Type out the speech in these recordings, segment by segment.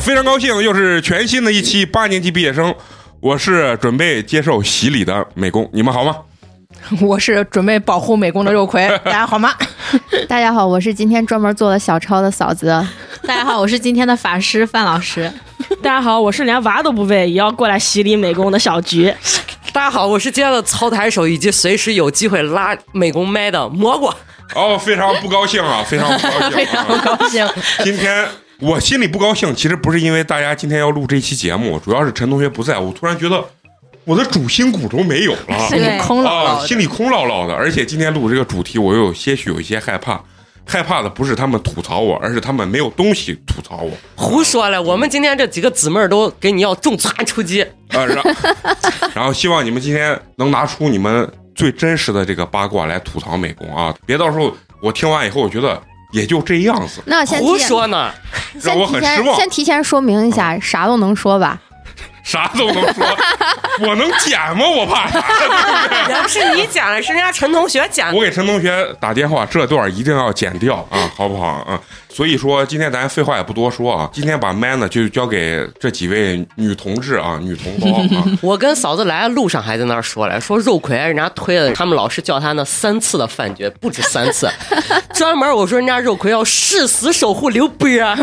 非常高兴，又是全新的一期八年级毕业生。我是准备接受洗礼的美工，你们好吗？ 我是准备保护美工的 肉葵，大家好吗？大家好，我是今天专门做了小抄的嫂子。大家好，我是今天的法师范老师。大家好，我是连娃都不喂也要过来洗礼美工的小 菊。大家好，我是今天的操台手以及随时有机会拉美工麦的蘑菇。哦，非常不高兴 啊，非常不高兴、啊。高兴，今天我心里不高兴，其实不是因为大家今天要录这期节目，主要是陈同学不在，我突然觉得我的主心骨头没有了，心里空落落啊，的心里空落落的。而且今天录这个主题，我又有些许有一些害怕。害怕的不是他们吐槽我，而是他们没有东西吐槽我胡说了，我们今天这几个姊妹儿都给你要重拳出击。啊。然后， 然后希望你们今天能拿出你们最真实的这个八卦来吐槽美工啊，别到时候我听完以后，我觉得也就这样子， 那先胡提前说 呢，让我先提很失前望。嗯先提前说明一下，啥都能说吧？啥都能说，我能剪吗？我怕啥？ 也哎不是你剪了，是人家陈同学剪的。，我给陈同学打电话，这段一定要剪掉啊，好不好啊？所以说今天咱废话也不多说啊，今天把麦呢就交给这几位女同志啊，女同胞啊我跟嫂子来的路上还在那儿说来，说肉葵人家推了他们老师叫他那三次的饭局，不止 三次，专门我说人家肉葵要誓死守护刘 波儿，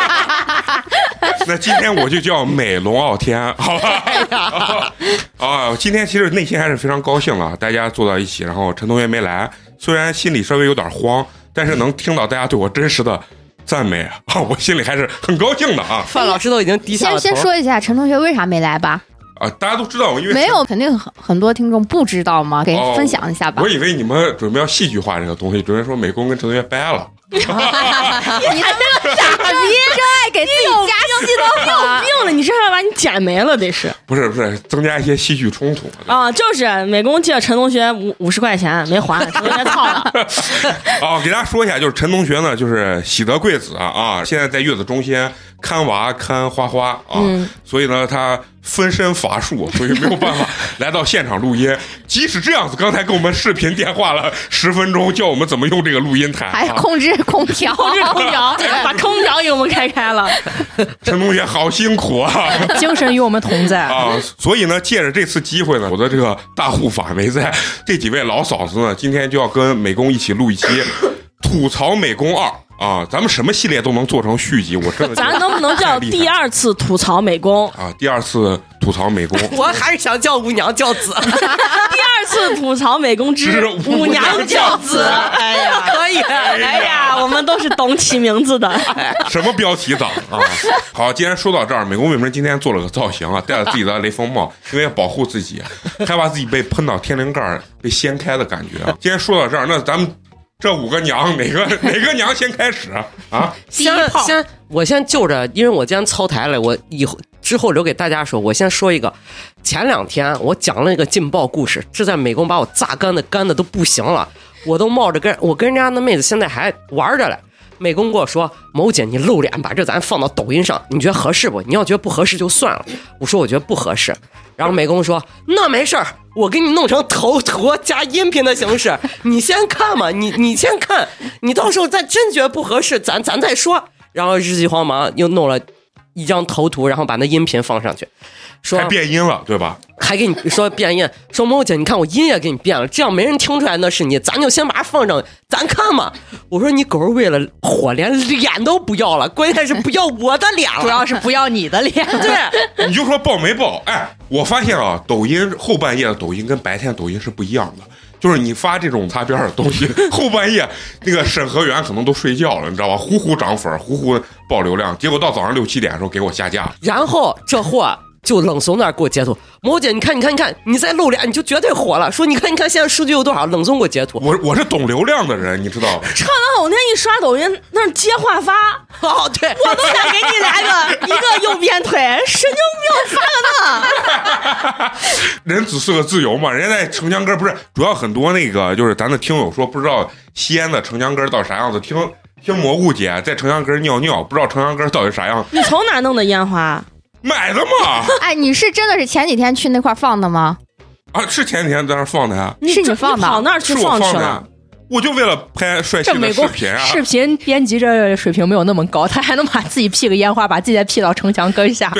那今天我就叫美龙傲 天，好哎 吧？啊，今天其实内心还是非常高兴的，大家坐到一起，然后陈同学没来，虽然心里稍微有点慌，但是能听到大家对我真实的赞美啊， 我心里还是很高兴的啊范老师都已经低下先了先。头说一下陈同学为啥没 来吧？啊！大家都知道我因为没有，肯定很很多听众不知道嘛，给哦分享一下吧我。以为你们准备要戏剧化这个东西，准备说美工跟陈同学掰了。你他妈傻 逼，真爱给自己加戏的话。病了，你这还把你剪没了得是不是不是，增加一些戏剧冲突啊啊？就是美工借陈同学五五十块钱没 还，陈同学操了。 哦给大家说一下，就是陈同学呢，就是喜得贵子啊啊，现在在月子中心看娃看花花啊，所以呢，他分身乏术，所以没有办法来到现场录音。即使这样子，刚才跟我们视频电话了十分钟，教我们怎么用这个录音台、还啊。控制空调，控制哦空 调，把空调给我们开开 了。陈同学好辛苦啊。精神与我们同在。啊，所以呢，借着这次机会呢，我的这个大护法没在，这几位老嫂子呢，今天就要跟美工一起录一期吐槽美工二啊，咱们什么系列都能做成续集，我真的觉得咱能不能叫太厉害第二次吐槽美 工？啊第二次吐槽美工我还是想叫五娘教子，第二次吐槽美工 之之舞舞娘娘教教子 子。哎呀，可以。啊哎呀，我们都是懂起名字 的。什么标题党啊？好，既然说到这儿，美工为什么今天做了个造型啊？戴了自己的雷锋帽，因为要保护自己，啊害怕自己被喷到天灵盖儿被掀开的感觉。今天说到这儿，那咱们这五个娘哪个哪个娘先开始啊？先先，我先就着，因为我今天操台了，我以后之后留给大家说。我先说一个，前两天我讲了一个劲爆故事，这在美工把我榨干的干的都不行了，我都冒着跟我跟人家那妹子现在还玩着嘞。美工跟我说：“某姐，你露脸把这咱放到抖音上，你觉得合适不？你要觉得不合适就算了。”我说：“我觉得不合适。”然后美工说：“那没事儿，我给你弄成头图加音频的形式，你先看嘛，你你先看，你到时候再真觉得不合适，咱咱再说。”然后日急慌忙又弄了一张头图，然后把那音频放上去，说还变音了，对吧？还给你说变音，说猫姐，你看我音也给你变了，这样没人听出来那是你，咱就先把它放上，咱看嘛。我说你狗儿为了火连脸都不要了，关键是不要我的脸主了。要是不要你的脸，对，你就说爆没爆？哎，我发现啊，抖音后半夜的抖音跟白天的抖音是不一样的。就是你发这种擦边儿的东西， 后半夜那个审核员可能都睡觉了，你知道吧？呼呼涨粉，呼呼爆流量，结果到早上六七点的时候给我下架。然后这货就冷怂那儿给我截图，猫姐，你看，你看，你看，你再露脸你就绝对火了。说你看，你看现在数据有多少？冷怂给我截图，我我是懂流量的人，你知道吧？唱完我那一刷抖音，那是接话发，哦，对，我都想给你来 个一个右边腿，神经病发个人只是个自由嘛，人家在城墙根儿不是，主要很多那个就是咱的听友说不知道西安的城墙根儿到底啥样子，听听蘑菇姐在城墙根儿尿尿，不知道城墙根儿到底啥样，那！你从哪弄的烟花？买的嘛 哎，你是真的是前几天去那块儿放的吗？啊，是前几天在那儿放的呀、你是你这放的跑那儿去是我放去的了呀。我就为了拍帅气这美的视国频啊，视 频编辑这水平没有那么高，他还能把自己 P 个烟花，把自己再 P 到城墙根下。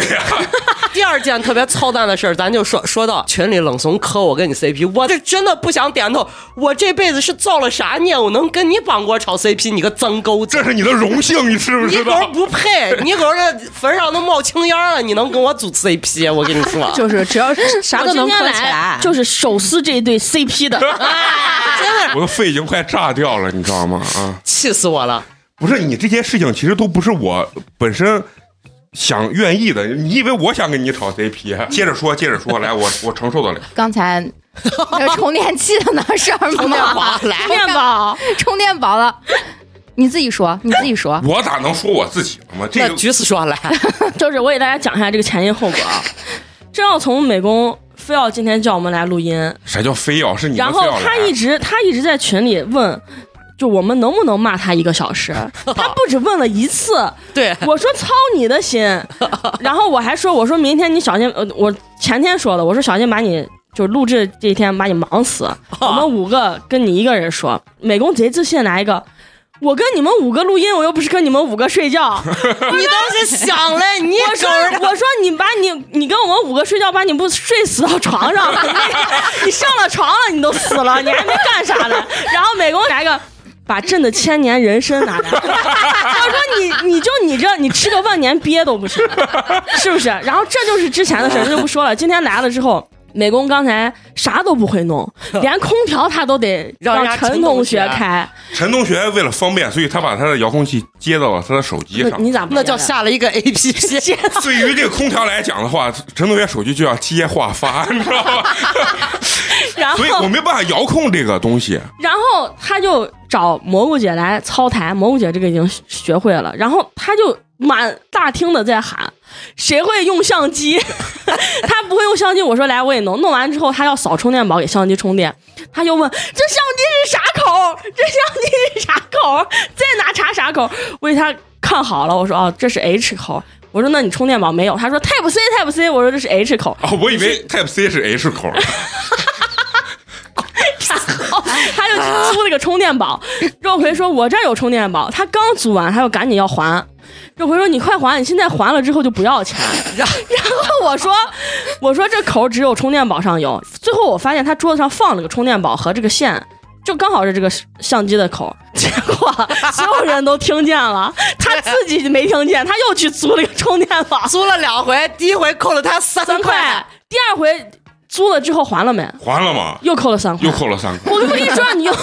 第二件特别操蛋的事儿，咱就说说到群里冷怂磕我跟你 CP，我这真的不想点头，我这辈子是造了啥孽，我能跟你绑锅炒 CP，你个脏狗这子！是你的荣幸，你知不你知狗道？不配，你狗这坟上都冒青烟了，你能跟我组 CP？我跟你说， 就是只要是啥都能磕起来，就是手撕这一对 CP 的，我的肺已经快炸掉了，你知道吗？啊，气死我了！不是你这些事情，其实都不是我本身想愿意的。你以为我想跟你炒 CP？接啊着说，接着说，来，我我承受得了。刚才那个充电器的那事儿吗？来，面包充电宝了，你自己说，你自己说。我咋能说我自己呢嘛？这那个橘子说来，就是我给大家讲一下这个前因后果啊。真要从美工非要今天叫我们来录音，啥叫非要？是你们然非后要他来啊一直他一直在群里问，就我们能不能骂他一个小时？ 他不止问了一次，对， 我说操你的心，然后我还说我说明天你小心，呃，我前天说的，我说小心把你就录制这一天把你忙死，我们五个跟你一个人说，美工贼自信来一个。我跟你们五个录音，我又不是跟你们五个睡觉。你倒是想嘞，你我说，我说你把你你跟我们五个睡觉，把你不睡死到床上， 你上了床了，你都死了，你还没干啥呢。然后美工来个。把朕的千年人参拿来， 他说你你就你这你吃个万年鳖都不行，是不是？然后这就是之前的事儿，这就不说了。今天来了之后，美工刚才啥都不会弄，连空调他都得让人家陈陈同同学学开。陈同学为了方便，所以他把他的遥控器接到了他的手机那上。你咋不那接叫呢下了一个 APP，对于这个空调来讲的话，陈同学手机就要接话发，你知道吗？然 后所以我没办法遥控这个东西。然后他就找蘑菇姐来操台，蘑菇姐这个已经学会了，然后他就满大厅的在喊，谁会用相机？ 他不会用相机，我说来我也弄，弄完之后他要扫充电宝给相机充电，他就问这相机是啥口？这相机是啥口？ 再拿查啥口？我给他看好了，我说哦这是 H 口，我说那你充电宝没有？他说 Type C Type C，我说这是 H 口，哦，我以为 Type C 是 H 口， 他就租了个充电 宝。肉葵说：“我这儿有充电宝。”他刚租完，他又赶紧要还。肉葵说：“你快还！你现在还了之后就不要钱。” 然后我说：“我说这口只有充电宝上有。”最后我发现他桌子上放了个充电宝和这个线。就刚好是这个相机的口，结果所有人都听见了，他自己没听见，他又去租了个充电宝，租了两回，第一回扣了他三三块块，，第二回租了之后还了没？ 还了吗？又扣了三块又。扣了三块。我跟你说，你用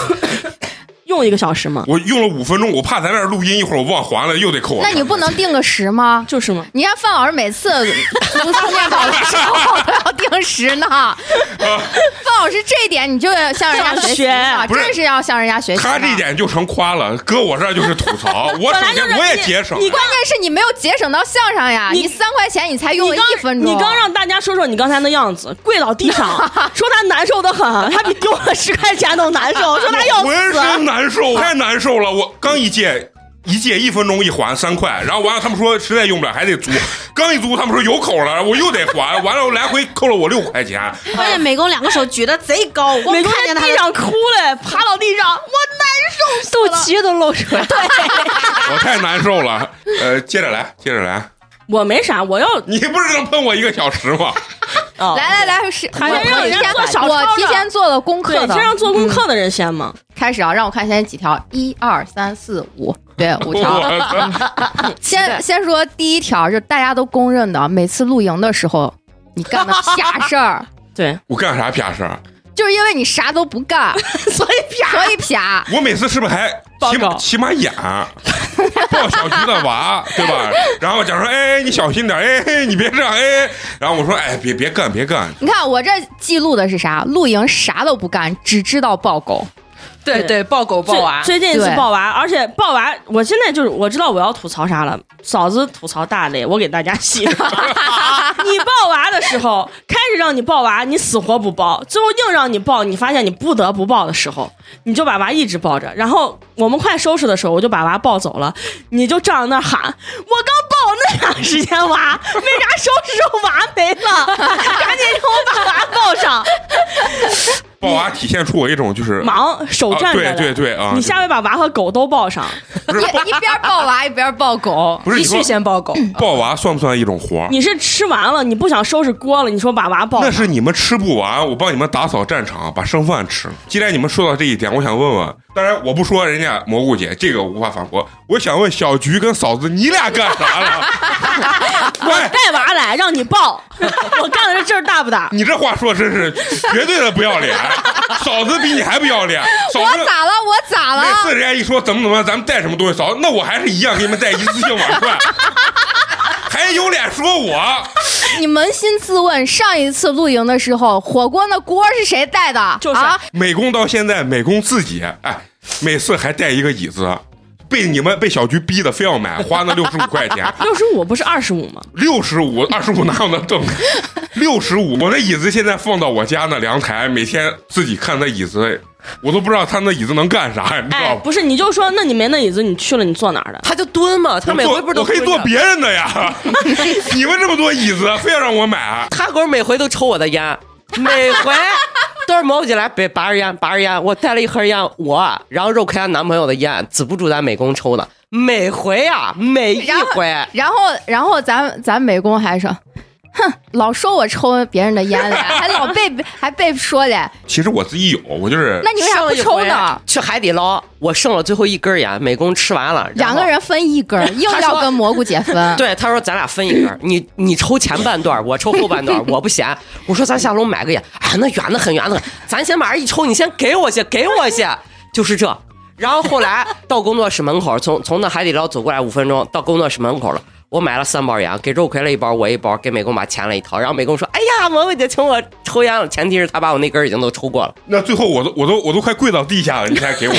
用一个小时吗？我用了五分钟，我怕咱这儿录音一会儿我忘还了，又得扣我。那你不能定个时吗？就是嘛，你看范老师每次读充电宝的时候都要定时呢。范老师这一点你就要向人家学习啊，向学真是要向人家学习。他这一，点就成夸了，搁我这儿就是吐槽。我本来省就是钱，我也节省。关键是你没有节省到项上呀，你你三块钱你才用了你刚一分钟，你刚让大家说说你刚才那样子，跪倒地 上，说他难受的很，他比丢了十块钱都难 受，说他要浑身死。难受，太难受了。我刚一借，一借一分钟一还三块，然后完了他们说实在用不了还得租， 刚一租他们说有口了，我又得还，完了我来回扣了我六块钱。关键美工两个手举得贼高，我美光工看在见他地的上哭了，趴到地上，我难受死肚了。脐都露出来。我太难受了。呃，接着来，接着来， 我没啥，我要你不是能喷我一个小时吗？啊，来来来，是我还要让人提前做小抄我提呢前做了功对，课的先，让做功课的人先嘛。开始啊，让我看现在几条，一二三四五，对， 五我条。操先先说第一条，就是大家都公认的，每次露营的时候你干的傻事 儿，对，我干啥屁事儿？就是因为你啥都不 干，所以啪，所以啪。我每次是不是还报起告起码眼儿抱小区的娃，对吧？然后讲说，哎，你小心点，哎，你别这样，哎。然后我说，哎，别别干，别干。你看我这记录的是啥？露营啥都不干，只知道抱狗。对对，抱狗抱啊娃，最最近一次对抱娃，而且抱娃，我现在就是我知道我要吐槽啥了。嫂子吐槽大类，我给大家细说。 你抱娃的时候，开始让你抱娃，你死活不抱，最后硬让你抱，你发现你不得不抱的时候，你就把娃一直抱着。然后我们快收拾的时候，我就把娃抱走了，你就站在那儿喊：“我刚抱那长时间娃，为啥收拾时候娃没了？赶紧让我把娃抱上。”抱娃体现出我一种就是忙手啊，站着对 的，对对啊，你下回把娃和狗都抱上，不是抱一边抱娃一边抱狗，不是必你须说先抱狗，抱娃算不算一种活儿？你是吃完了，你不想收拾锅了，你说把娃哦抱那上，是你们吃不完，我帮你们打扫战场，把剩饭吃了。既然你们说到这一点，我想问问，当然我不说人家蘑菇姐，这个我无法反驳。我想问小菊跟嫂子，你俩干啥了？ 喂，带娃来让你抱， 我干的这事儿大不大？你这话说真是绝对的不要脸，嫂子比你 还不要脸。嫂我子咋了？我咋每了？次人家一说怎么怎么样，咱们带什么东西，嫂子，那我还是一样给你们带一次性碗筷，还有脸说我？你扪心自问，上一次露营的时候，火锅那锅是谁带的？就是啊，美工到现在，美工自己哎，每次还带一个椅子，被你们被小菊逼的，非要买，花那六十五块 钱，六十五不是二十五吗？六十五二十五哪有那挣？六十五，我那椅子现在放到我家那凉台，每天自己看那椅子，我都不知道他那椅子能干啥，你知道哎，吗？不是，你就说，那你没那椅子，你去了你坐哪儿的？他就蹲嘛，他每我回坐不是都我可以蹲坐着别人的呀？ 你们这么多椅子，非要让我买，他狗每回都抽我的烟，每回都是毛起来别拔着烟，拔着烟。我带了一盒烟，我然后肉开她男朋友的烟，止不住咱美工抽的。每回啊，每一然后回，然后然后咱咱美工还说。哼，老说我抽别人的烟 嘞，还老被还被说嘞，其实我自己有，我就是那你为啥哎不上一抽回呢？去海底捞，我剩了最后一根烟，美工吃完了，然两后个。人分一根儿，硬要跟蘑 菇姐分。对，他说咱俩分一根儿，你你抽前半段儿，我抽后半段儿，我不嫌。我说咱下楼买个烟，啊，那远的很，远的很，咱先把这一抽，你先给我些，给我些，就是这。然后后来到工作室门口，从从那海底捞走过来五分钟，到工作室门口了。我买了三包烟，给肉葵了一包，我一包，给美工把钱了一套。然后美工说：“哎呀，蘑菇姐请我抽烟了，前提是他把我那根儿已经都抽过了。那最后我都我都我都快跪到地下了，你才给我。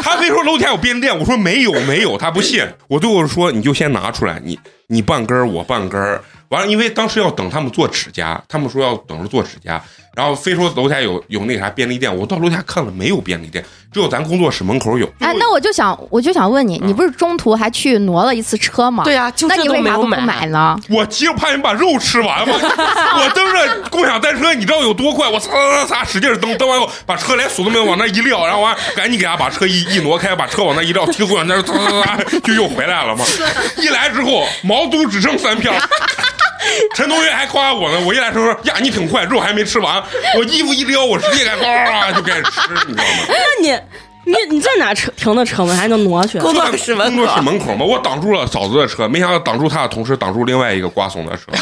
他非说楼底下有便利店，我说没有没有，他不信。我最后说你就先拿出来，你你半根儿我半根儿。完了，因为当时要等他们做指甲，他们说要等着做指甲，然后非说楼下有有那啥便利店，我到楼下看了没有便利店，只有咱工作室门口有。哎，那我就想，我就想问你，你不是中途还去挪了一次车吗？嗯对呀啊就那这你都为没啥有不买买呢？我急着怕你们把肉吃完嘛，我蹬着共享单车，你知道有多快？我擦擦擦使劲儿蹬，蹬完以后把车连锁都没有往那一撂，然后完赶紧给他把车一一挪开，把车往那一撂，骑共享单车擦擦擦就又回来了嘛。一来之后，毛都只剩三票。 陈同学还夸我呢，我一来时候说呀，你挺快，肉还没吃完，我衣服一撩，我直接该呱就开始吃，你知道吗？那你你你在哪车停的车吗？还能挪去？工就在作室门工口作室门口嘛，我挡住了嫂子的车，没想到挡住她的同时挡住另外一个瓜怂 的车，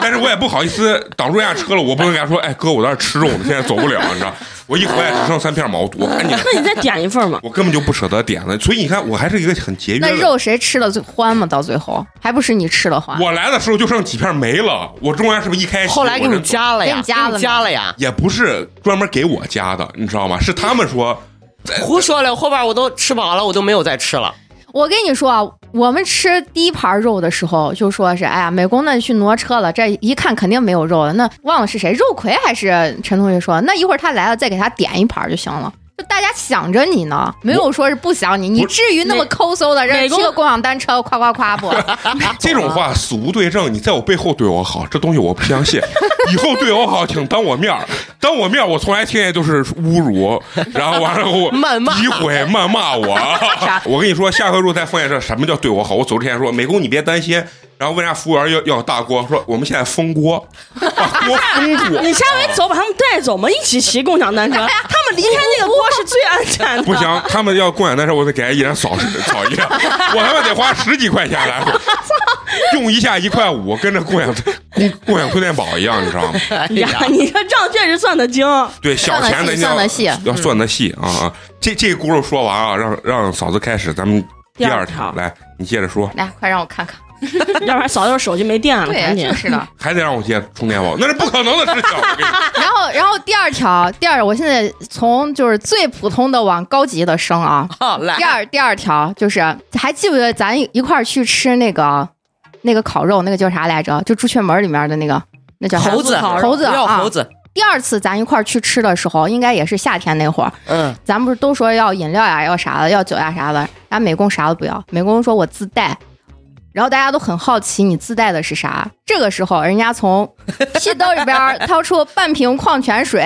但是我也不好意思挡住人家车了，我不能跟他说，哎哥，我在这吃肉呢，现在走不了，你知道，我一回来只剩三片毛肚，我赶紧，那你再点 一份嘛。我根本就不舍得点了，所以你看，我还是一个很节约那的。肉谁吃了最欢嘛？到最后还不是你吃了欢？我来的时候就剩几片没了，我中间是不是一开始后来给我你就加了呀，给你加了给你加了呀，也不是专门给我加的，你知道吗？是他们说。胡说了，后边我都吃饱了，我都没有再吃了。我跟你说，啊，我们吃第一盘肉的时候就说是，哎呀，美工那去挪车了，这一看肯定没有肉了。那忘了是谁，肉葵还是陈同学说，那一会儿他来了再给他点一盘就行了。就大家想着你呢，没有说是不想你，你至于那么抠搜的，让美骑工个共享单车夸夸夸 不？这种 话死无对证，你在我背后对我好，这东西我不相 信。以后对我好，请当我面儿，当我面儿，我从来听见都是侮辱，然后完了后 谩骂诋毁、谩骂 我。我跟你说，下回如果再碰见这，什么叫对我好？我走之前说，美工你别担心。然后问人家服务员要要大锅，说我们现在封锅，把锅封住。你下回走把他们带走嘛，一起骑共 享单车，他们离开那个锅是最安全的。不 行，他们要共享单车，我得给人一人扫扫一辆，我他妈得花十几块钱来回，用一下一块五，跟着共享共共享充电宝一样，你知道吗？哎呀，你这账确实算 得精。对，小钱的算得细要算要算得细啊啊！这这轱辘说完啊，让让嫂子开始，咱们第第二二条条来，你接着说，来，哎快让我看看。要不然嫂子手机没电了，赶对，紧就。是的。还得让我接充电宝，那是不可能的事情。我 跟你说然后，然后第二条，第二，我现在从就是最普通的往高级的升啊。好来 第，二第二条就是，还记不记得咱一块儿去吃那个那个烤肉，那个叫啥来着？就朱雀门里面的那个，那叫啥猴子猴子不要啊猴。子，第二次咱一块儿去吃的时候，应该也是夏天那会儿，嗯，咱不是都说要饮料呀，要啥的，要酒呀啥的，然后美工啥都不要，美工说我自带。然后大家都很好奇你自带的是啥。这个时候，人家从屁兜里边儿掏出半瓶矿泉水，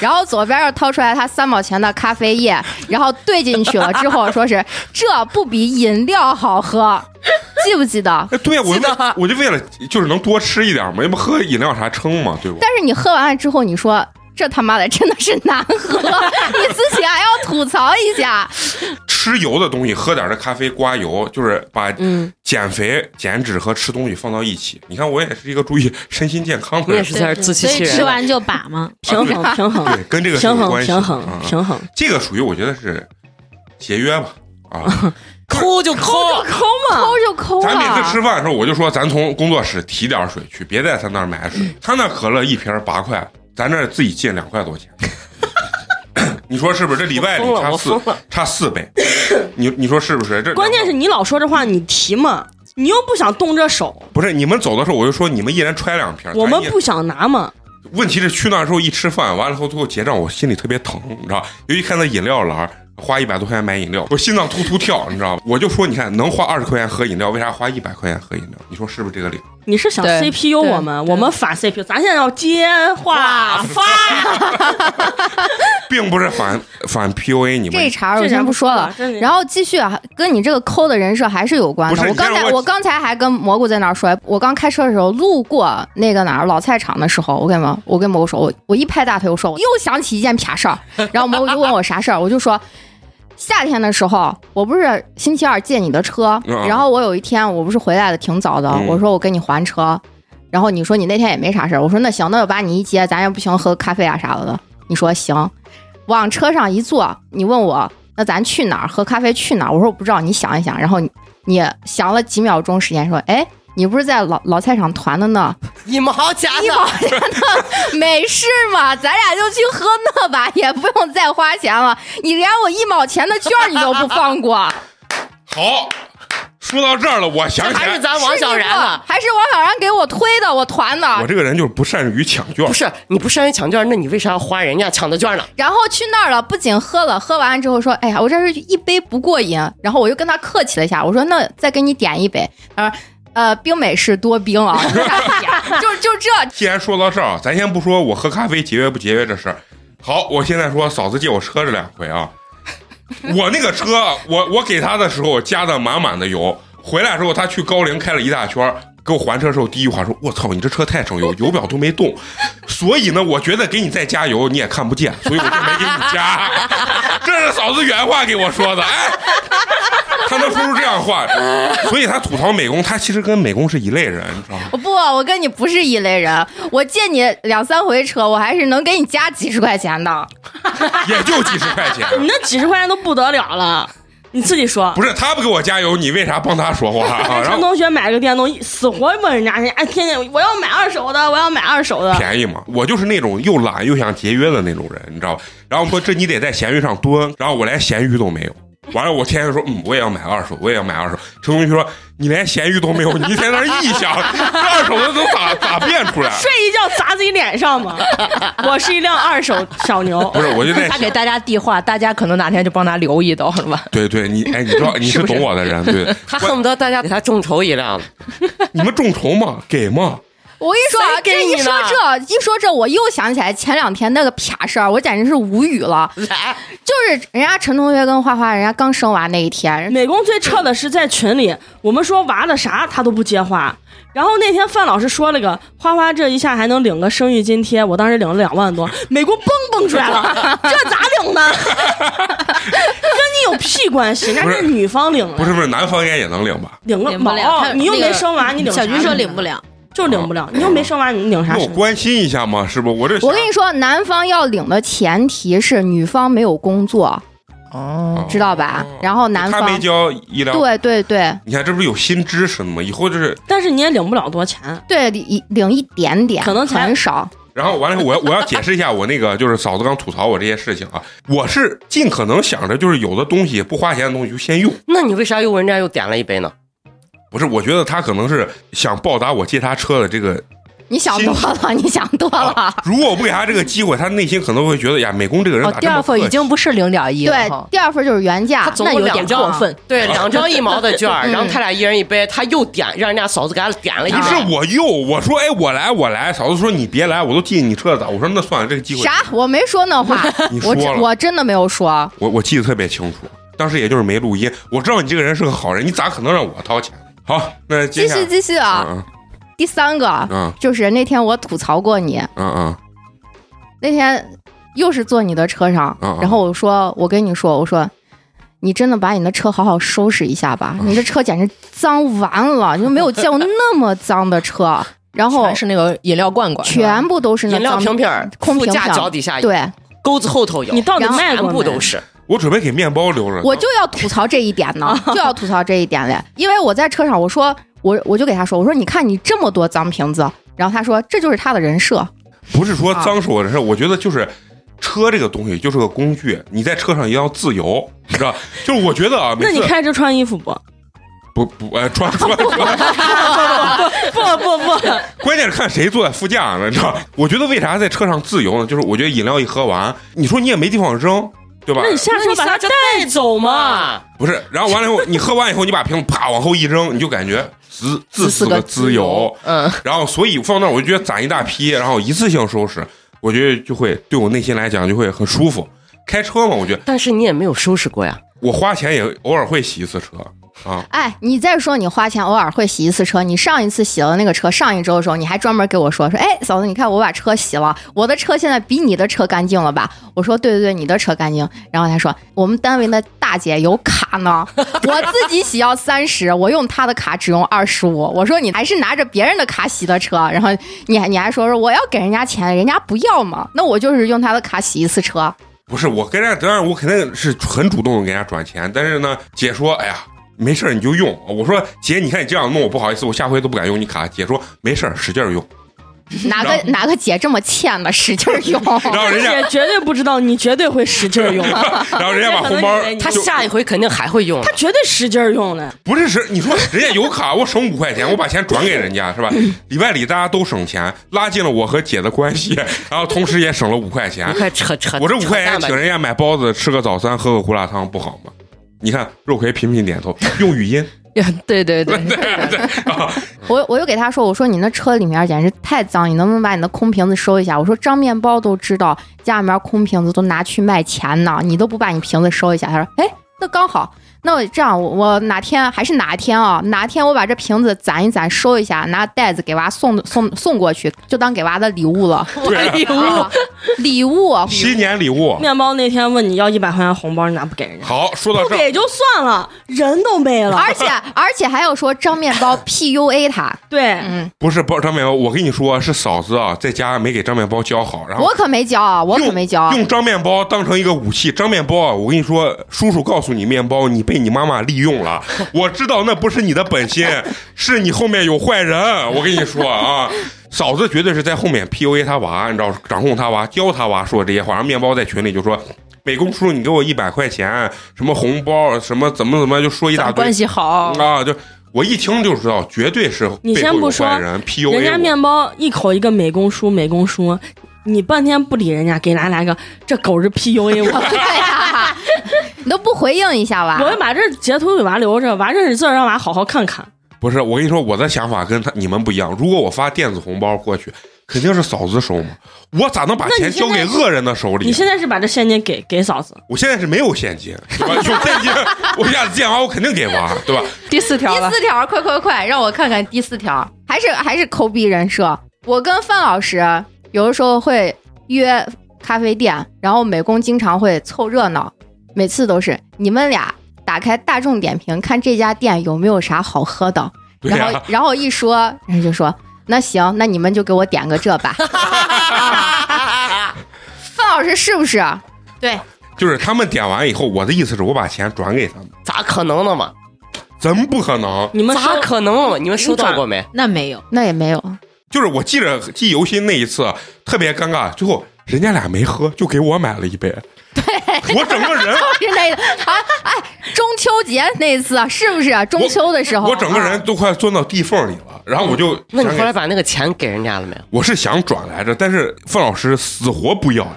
然后左边又掏出来他三毛钱的咖啡液，然后兑进去了之后，说是这不比饮料好喝， 记不记得？哎，对呀，我记就得为我就为了就是能多吃一点嘛，要不喝饮料啥撑嘛，对不？但是你喝完了之后，你说。这他妈的真的是难喝， 你自己还要吐槽一下。吃油的东西，喝点这咖啡刮油，就是把嗯，减肥、减脂和吃东西放到一起。你看，我也是一个注意身心健康的你也人，是在这儿自欺所欺以人吃了。完就把嘛，平衡平衡对，跟这个是平有衡关系平的衡啊平衡，这个属于我觉得是节约吧，啊，抠就抠，抠嘛，抠就抠啊咱每次了，吃饭的时候，我就说咱从工作室提点水去，别在他那儿买水。他那可乐一瓶八块，咱这儿自己进两块多钱，你说是不是？这里外里我疯了差我四疯了差四倍，你你说是不是？这关键是两你老说这话，你提嘛，你又不想动这手，不是你们走的时候，我就说你们一人揣两瓶，我咱们一不想拿嘛，问题是去那时候一吃饭，完了后最后结账，我心里特别疼，你知道吧？尤其看那饮料栏儿，花一百多块钱买饮料，我心脏突突跳，你知道吧？我就说，你看能花二十块钱喝饮料，为啥花一百块钱喝饮料？你说是不是这个理？你是想对 CPU 对我们，我们反 CPU，咱现在要接话发，并不是反反 PUA 你这们，茬儿我先不说了。真的。然后继续啊，跟你这个抠的人设还是有关不的。是我刚你才看我我刚才还跟蘑菇在那儿说，我刚开车的时候路过那个哪儿老菜场的时候，我跟蘑我跟蘑菇说，我我一拍大腿，我说我又想起一件撇事儿，然后蘑菇就问我啥事儿，我就说。夏天的时候，我不是星期二借你的车，嗯然后我有一天我不是回来的挺早的，嗯我说我跟你还车，然后你说你那天也没啥事儿，我说那行，那就把你一接，咱也不行喝咖啡啊啥的，你说行，往车上一坐，你问我那咱去哪儿喝咖啡去哪儿？我说我不知道，你想一想。然后你你想了几秒钟时间，说：“哎，你不是在老老菜场团的呢？你们 好假你的，往家那没事嘛，咱俩就去喝那吧， 也不用再花钱了。你连我一毛钱的券儿你都不放过，好，说到这儿了，我想这起还来是，咱王小啊然了。还是王小然给我推的，我团的。我这个人就是不善于抢券不。是你不善于抢券，那你为啥要花人家抢的券呢？然后去那儿了，不仅喝了，喝完之后说：“哎呀，我这是一杯不过瘾。”然后我又跟他客气了一下，我说：“那再给你点一杯。”他说：“呃，冰美式多冰啊， 就就这。既然说到这儿啊，咱先不说我喝咖啡节约不节约这事儿，好，我现在说嫂子借我车这两回啊， 我那个车，我我给她的时候加的满满的油，回来之后她去高陵开了一大圈儿。给我还车的时候，第一句话说：“我操，你这车太省油，油表都没动。”所以呢，我觉得给你再加油你也看不见，所以我就没给你加。 这是嫂子原话给我说的，哎，她能说出这样话，所以她吐槽美工，她其实跟美工是一类人，你知道吗？我不，我跟你不是一类人。我借你两三回车，我还是能给你加几十块钱的。也就几十块钱。你那几十块钱都不得了了，你自己说。不是他不给我加油，你为啥帮他说话 啊？然陈后同学买了个电动，死活问人家，人家哎天天我要买二手的，我要买二手的。便宜嘛，我就是那种又懒又想节约的那种人，你知道吧？然后说这你得在闲鱼上蹲，然后我连闲鱼都没有。完了，我天天说，嗯，我也要买二手，我也要买二手。陈同学说，你连闲鱼都没有，你在那儿臆想，这二手的能咋咋变出来？睡一觉砸自己脸上嘛！我是一辆二手小牛不，是，我就在想他给，大家递话，大家可能哪天就帮他留一刀了吧？对对，你哎，你知道你是懂我的人，对，他恨不得大家给他众筹一辆呢。你们众筹嘛，给嘛，我一说啊，谁这给你一说了这一说这，我又想起来前两天那个撇事儿，我简直是无语了。来，就是人家陈同学跟花花，人家刚生娃那一天，啊美工最撤的是在群里，我们说娃的啥他都不接话。然后那天范老师说了个花花这一下还能领个生育津贴，我当时领了两万多，美工蹦蹦出来了，这咋领的？跟你有屁关系？那不是是女方领不了，是不是，南方应该也能领吧？领个领不毛了他，你又那个没生娃，你领小啥军说生领不了，就领不了，你又没生娃，你领啥那我生？关心一下嘛，是不？我这我跟你说，男方要领的前提是女方没有工作，哦，知道吧？哦然后男他没方交医疗对对对你看，这不是有新知识吗？以后就是，但是你也领不了多钱，对，领领一点点，可能才很少。然后完了以后，我要我要解释一下我那个，就是嫂子刚吐槽我这些事情啊，我是尽可能想着就是有的东西不花钱的东西就先用，那你为啥又人家又点了一杯呢？不是，我觉得他可能是想报答我借他车的这个啊你想多了，你想多啊了。如果我不给他这个机会，他内心可能会觉得哎呀，美工这个人哦咋，第这么二份客已气？经不是零点一了对哈，，第二份就是原价哦他，总共那有两点张过啊分对，两张一毛的券儿，然后他俩一人一杯，他又点，让人家嫂子给他点了一不是啊杯。我又我说哎我来我来，嫂子说你别来，我都记你车咋？我说那算了，这个机会啥？我没说那话 你，说我只了我真的没有说。我我记得特别清楚，当时也就是没录音。我知道你这个人是个好人，你咋可能让我掏钱？好，那接继下续来，继续啊，嗯第三个嗯就是那天我吐槽过你，嗯嗯那天又是坐你的车上，嗯嗯然后我说，我跟你说，我说。你真的把你的车好好收拾一下吧，你这车简直脏完了，你就没有见过那么脏的车。然后全是那个饮料罐罐，是吧全部都是那饮料脏瓶瓶儿，空副瓶驾瓶儿脚底下有，对，钩子后头有，你到底然后卖全过部没都是。嗯，我准备给面包留着呢。我就要吐槽这一点 呢，就要吐槽这一点嘞。因为我在车上，我说我我就给他说，我说你看你这么多脏瓶子，然后他说这就是他的人设，不是说啊脏是我的事，我觉得就是。车这个东西就是个工具，你在车上一定要自由， 你知道？就是我觉得啊，每那你次开车穿衣服不？不不呃 穿穿穿，不不不，关键是看谁坐在副驾呢，你知道？我觉得为啥在车上自由呢？就是我觉得饮料一喝完，你说你也没地方扔，对吧？那你下车把它带走嘛？嘛，不是，然后完了以后，你喝完以后，你把瓶子啪往后一扔，你就感觉自自是自是个个自由。嗯，然后所以放那儿，我就觉得攒一大批，然后一次性收拾，我觉得就会对我内心来讲就会很舒服。开车嘛，我觉得但是你也没有收拾过呀。我花钱也偶尔会洗一次车啊。哎，你再说你花钱偶尔会洗一次车，你上一次洗了那个车，上一周的时候你还专门给我说说，哎，嫂子，你看我把车洗了，我的车现在比你的车干净了吧？我说对对对，你的车干净。然后他说我们单位的大姐有卡呢， 我自己洗要三十，我用她的卡只用二十五。我说你还是拿着别人的卡洗的车，然后你还你还说说我要给人家钱，人家不要嘛，那我就是用她的卡洗一次车。不是，我跟人家当然我肯定是很主动的给人家转钱，但是呢，姐说，哎呀。没事儿你就用。我说姐，你看你这样弄我不好意思，我下回都不敢用你卡。姐说没事儿，使劲儿用。哪个哪个姐这么欠的，使劲儿用。然后人家，姐绝对不知道，你绝对会使劲儿用， 然后人家把红包这可能以为你他就下一回肯定还会用他。绝对使劲儿用的。不是是，你说人家有卡， 我省五块钱，我把钱转给人家是吧？里外里大家都省钱，拉近了我和姐的关系， 然后同时也省了五块钱你。快扯扯，我这五扯块钱淡吧请人家买包子、吃个早餐、喝个胡辣汤，不好吗？你看肉葵频频点头，用语音， 对对对，我我又给他说，我说你那车里面简直太脏，你能不能把你的空瓶子收一下？我说张面包都知道家里面空瓶子都拿去卖钱呢，你都不把你瓶子收一下？他说，哎，那刚好，那我这样，我我哪天还是哪天啊？哪天我把这瓶子攒一攒，收一下，拿袋子给娃送送送过去，就当给娃的 礼物了。对，啊礼物，啊新年礼物。面包那天问你要一百块钱红包，你咋不给人家？好，说到不这儿，给就算了，人都没啊了。而哎且而且还要说张面包 PUA 他，对，嗯，不是包张面包，我跟你说是嫂子啊，在家没给张面包教好，然后我可没教啊，我可没教啊。用张面包当成一个武器，张面包啊！我跟你说，叔叔告诉你，面包你被你妈妈利用了。我知道那不是你的本心，是你后面有坏人。我跟你说啊，嫂子绝对是在后面 PUA 他娃，你知道，掌控他娃，教他娃说这些话。然后面包在群里就说：“美工叔，你给我一百块钱，什么红包，什么怎么怎么，就说一咱大们堆关系好，啊。”就我一听就知道，绝对是你背先后不有说坏人 PUA 人家我面包一口一个美工叔，美工叔，你半天不理人家，给咱来个这狗是 PUA 我。 对呀、 你都不回应一下吧？我要把这截图给娃留着，娃认识字儿让娃好好看看。不是，我跟你说，我的想法跟他你们不一样。如果我发电子红包过去，肯定是嫂子收嘛，我咋能把那钱你交现给在恶人的手里？啊你现在是把这现金给给嫂子，我现在是没有现金，对吧？有现金，我下次见娃我肯定给娃，对吧？第四条了第，四条，快快快，让我看看第四条，还是还是抠逼人设。我跟范老师有的时候会约咖啡店，然后美工经常会凑热闹，每次都是你们俩打开大众点评看这家店有没有啥好喝的，对啊然呀、后然后一说，人就说那行，那你们就给我点个这 吧。范老师是不是？就是他们点完以后，我的意思是我把钱转给他们，咋可能呢嘛？怎么不可能？你们咋说可能呢嘛？你们收到过没？那没有，那也没有，就是我记着记忆犹新那一次特别尴尬，最后人家俩没喝，就给我买了一杯，对我整个人。是那个啊，哎，中秋节那次是不是中秋的时候？我整个啊人都快钻到地缝里了。然后我就那你想给后来把那个钱给人家了没有？我是想转来着，但是范老师死活不要呀，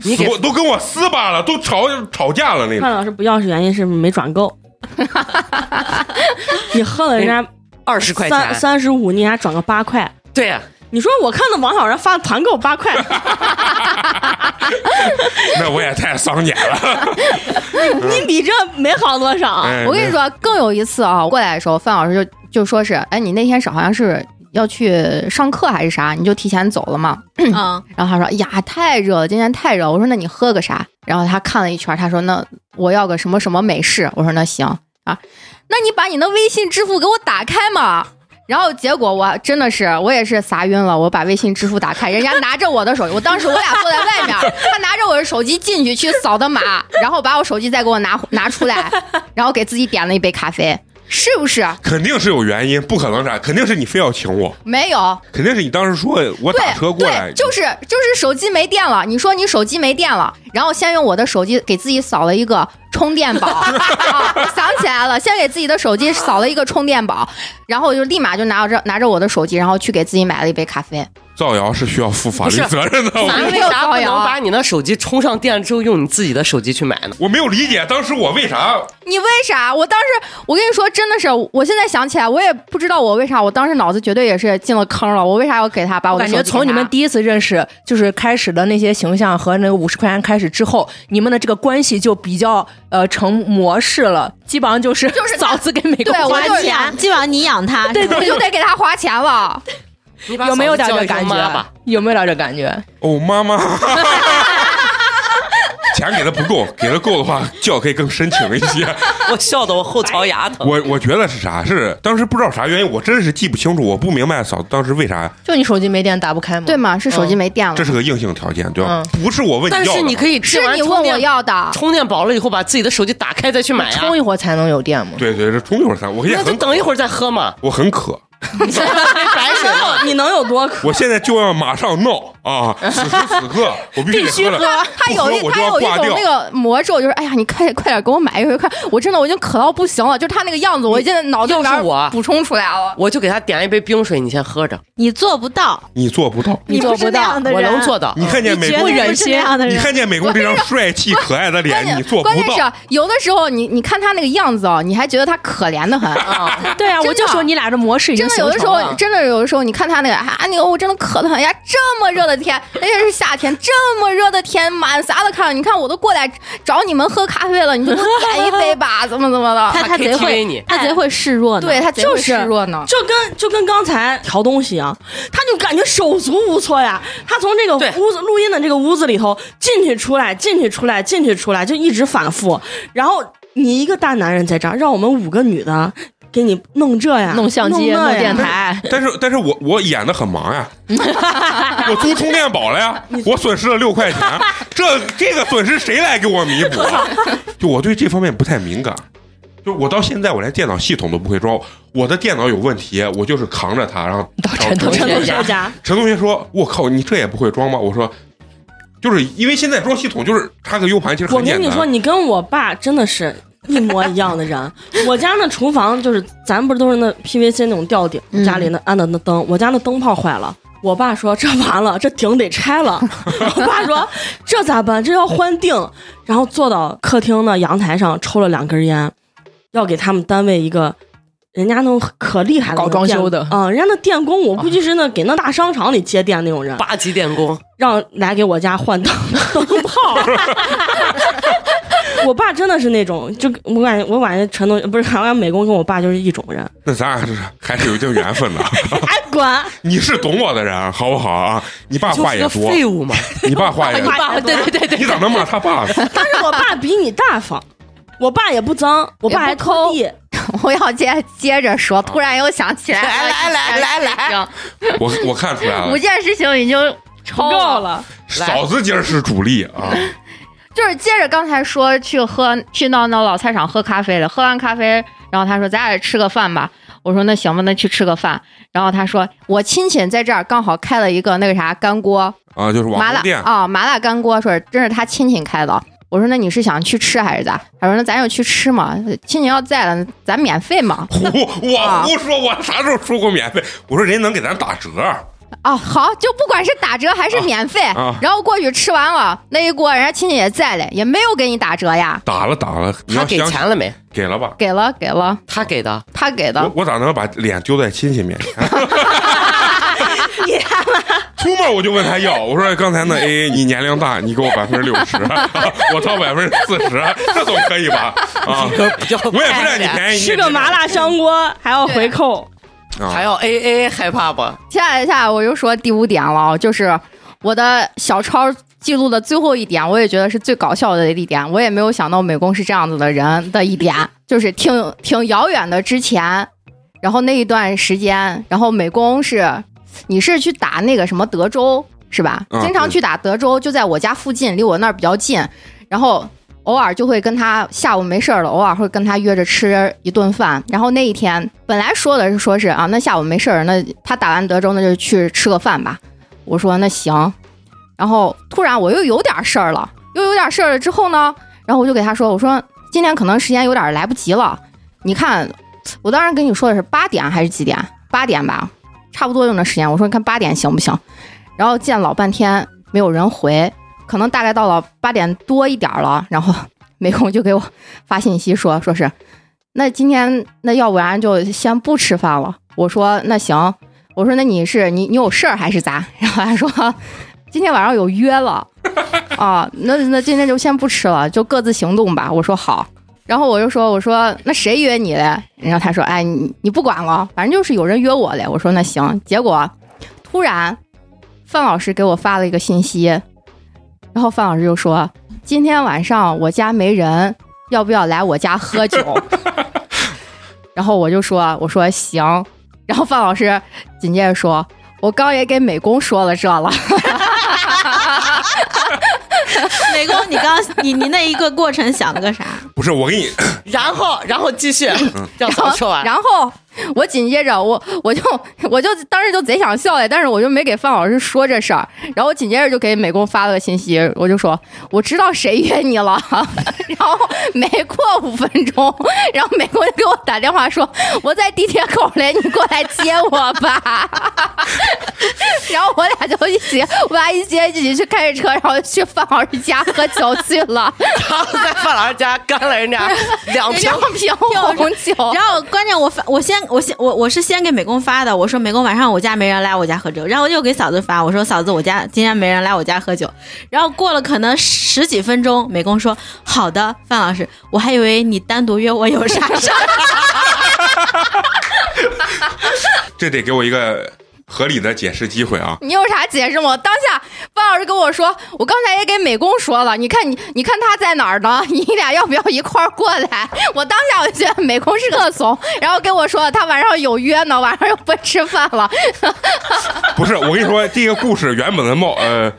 你死给活都跟我撕巴了，都吵吵架了那范种。老师不要是原因是没转 够，你喝了人家二十块三钱，三十五，你还转个八块。对啊呀、你说我看到王小然发团购八块，那我也太丧眼了。你比这没好多少。哎啊我跟你，说，更有一次啊，过来的时候，范老师就就说是，哎，你那天是好像是要去上课还是啥，你就提前走了嘛。啊，然后他说，哎呀，太热了，今天太热了。我说，那你喝个啥？然后他看了一圈，他说，那我要个什么什么美式。我说，那行啊，那你把你的微信支付给我打开嘛。然后结果我真的是我也是撒晕了，我把微信支付打开，人家拿着我的手机，我当时我俩坐在外面，他拿着我的手机进去去扫的码，然后把我手机再给我拿拿出来，然后给自己点了一杯咖啡，是不是？肯定是有原因，不可能啥，肯定是你非要请我，没有，肯定是你当时说我对打车过来，对，就是就是手机没电了。你说你手机没电了，然后先用我的手机给自己扫了一个充电宝， 啊、想起来了，先给自己的手机扫了一个充电宝，然后我就立马就拿着拿着我的手机，然后去给自己买了一杯咖啡。造谣是需要负法律不是责任的。 我咱没为有啥造不能谣把你的手机充上电之后用你自己的手机去买呢？我没有理解当时我为啥你为啥？我当时我跟你说，真的是，我现在想起来，我也不知道我为啥，我当时脑子绝对也是进了坑了。我为啥要给他把我我的感手机觉从你们第一次认识，就是开始的那些形象和那个五十块钱开始之后，你们的这个关系就比较呃成模式了，基本上就是就是他 嫂子给美工对我花就是钱。养基本上你养它，给他，我就得给他花钱了。嗯你把有没有点嫂这子叫个一声感妈吧 觉？？有没有点这感觉？哦妈妈， 钱给的不够，给的够的话叫可以更深情一些。 我笑得我后槽牙疼。我我觉得是啥？是当时不知道啥原因，我真是记不清楚，我不明白嫂子当时为啥，就你手机没电打不开吗？对吗？是手机没电了，这是个硬性条件，对吧？嗯不是我问你但要的是嘛，你可以吃是完你充问电我要的。充电饱了以后，把自己的手机打开再去买呀、充一会儿才能有电吗？对对，这冲一会儿才，我也那就很，。等一会儿再喝嘛 我很渴，白水嘛，你能有多渴？我现在就要马上闹啊！此时此刻我必须得喝了，啊 他不有一我就他要有一挂种掉那。个魔咒，就是哎呀，你快快点给我买一个，快！我真的我已经渴到不行了，就是他那个样子，我已经脑子里要是我边补充出来了。我就给他点一杯冰水，你先喝着。你做不到，你做不到，你做不不是那到样，的我人，能做到，你看见你美绝工，对不是那样的你人。看见美工这张帅气可爱的关脸，键你做不关键到是。啊有的时候你你看他那个样子哦，你还觉得他可怜的很。对啊，真的我就说你俩这模式已经 真的形有的时成候，了。真的有的时候，你看他那个啊，那个我真的渴得很呀！这么热的天，而且是夏天，这么热的天，满啥都看。你看我都过来找你们喝咖啡了，你就 给我点一杯吧，怎么怎么的？他他贼 KTV 会你，他贼会示弱呢。对他贼会哎就是示弱呢。就跟就跟刚才调东西一样，他就感觉手足无措呀。他从这个对屋子录音的这个屋子里头进去出来，进去出来，进去出来，就一直反复。然后你一个大男人在这儿，让我们五个女的给你弄这呀，弄相机、弄那弄呀电台，但是，但是我我演的很忙呀，我租充电宝了呀，我损失了六块钱，这这个损失谁来给我弥补啊？就我对这方面不太敏感，就我到现在我连电脑系统都不会装，我的电脑有问题，我就是扛着它，然后到找陈同陈学同家学家，陈同学说：“我靠，你这也不会装吗？”我说：“就是因为现在装系统就是插个 U 盘，其实我很简跟单。你说，你跟我爸真的是一模一样的人。我家那厨房就是，咱不是都是那 PVC 那种吊顶，家里那安的那灯，我家那灯泡坏了。我爸说这完了，这顶得拆了。我爸说这咋办？这要换顶。然后坐到客厅的阳台上抽了两根烟，要给他们单位一个。人家那可厉害了，搞装修的啊、人家那电工，我估计是那给那大商场里接电那种人， 八级电工，让来给我家换灯 灯泡。我爸真的是那种，就我感觉我感觉陈东不是，好像美工跟我爸就是一种 人。那咱俩是还是有一定缘分的。哎，管你是懂我的人，好不好啊？你爸就话是也个多，废物嘛。你爸话也多， 爸，对对对 对。你咋能骂他爸呢？但是我爸比你大方，我爸也不脏，我爸还也不抠拖地。 我要接接着说，突然又想起来，来来来来来，我我看出来五了，件事情已经超够，了，嫂子今儿是主力啊！就是接着刚才说去喝去到那老菜场喝咖啡了，喝完咖啡，然后他说咱俩吃个饭吧，我说那行吧，那去吃个饭。然后他说我亲戚在这儿刚好开了一个那个啥干锅，啊，就是网麻辣红店，啊、麻辣干锅，说真是他亲戚开的。我说那你是想去吃还是咋？他说那咱就去吃嘛，亲戚要在了，咱免费嘛。胡我胡说，我啥时候说过免费？我说人家能给咱打折，啊，好，就不管是打折还是免费，啊然后过去吃完了那一锅，人家亲戚也在嘞，也没有给你打折呀，打了打了， 你他要给相信钱了没？给了吧？给了给了，他给的，他给的我。我咋能把脸丢在亲戚面前？ 出门我就问他要，我说刚才那 A A 你年龄大，你给我百分之六十，啊 我掏百分之四十，啊这总可以吧？啊，比较 我也不 占你便宜，吃个麻辣香锅还要回扣，还要 A A 害怕不？下一下我就说第五点了啊，就是我的小抄记录的最后一点，我也觉得是最搞笑的一点。我也没有想到美工是这样子的人的一点，就是挺 挺遥远的之前，然后那一段时间，然后美工是你是去打那个什么德州是吧？嗯经常对去打德州，就在我家附近，离我那儿比较近，然后。偶尔就会跟他下午没事儿了，偶尔会跟他约着吃一顿饭。然后那一天本来说的是说是啊，那下午没事儿，那他打完德州那就去吃个饭吧。我说那行。然后突然我又有点事儿了，又有点事儿了之后呢，然后我就给他说，我说今天可能时间有点来不及了，你看我当时跟你说的是八点还是几点？八点吧，差不多用的时间。我说你看八点行不行？然后见老半天没有人回，可能大概到了八点多一点儿了，然后 美工就给我发信息说，说是那今天那要不然就先不吃饭了。我说那行，我说那你是你你有事儿还是咋？ 然后他说今天晚上有约了啊，那那今天就先不吃了，就各自行动吧。我说好。然后我就说，我说那谁约你嘞？然后他说，哎，你你不管了，反正就是有人约我嘞。我说那行。结果突然范老师给我发了一个信息，然后范老师就说：“今天晚上我家没人，要不要来我家喝酒？” 然后我就说：“我说行。”然后范老师紧接着说：“我刚也给美工说了这了。美工，你刚你你那一个过程想了个啥？不是我给你 然后然后继续嗯 让啊咱们说完。然后我紧接着我我就我就当时就贼想笑哎嘞，但是我就没给范老师说这事儿。然后我紧接着就给美工发了个信息，我就说：“我知道谁约你了。” 然后没过五分钟，然后美工就给我打电话说：“我在地铁口嘞，你过来接我吧。” 然后我俩就一起，我俩一接一起去开着车，然后去范老师家喝酒去了，然后在范老师家干了人家两瓶两瓶红酒。然后关键我发我先我先我我是先给美工发的，我说美工晚上我家没人来我家喝酒，然后我又给嫂子发，我说嫂子我家今天没人来我家喝酒，然后过了可能十几分钟，美工说好的，范老师，我还以为你单独约我有啥事儿，这得给我一个合理的解释机会啊！你有啥解释吗？当下范老师跟我说，我刚才也给美工说了，你看你，你看他在哪儿呢？ 你俩要不要一块儿过来？ 我当下我就觉得美工是个怂，然后跟我说他晚上有约呢，晚上又不吃饭了。 不是我跟你说，这个故事原本的貌呃，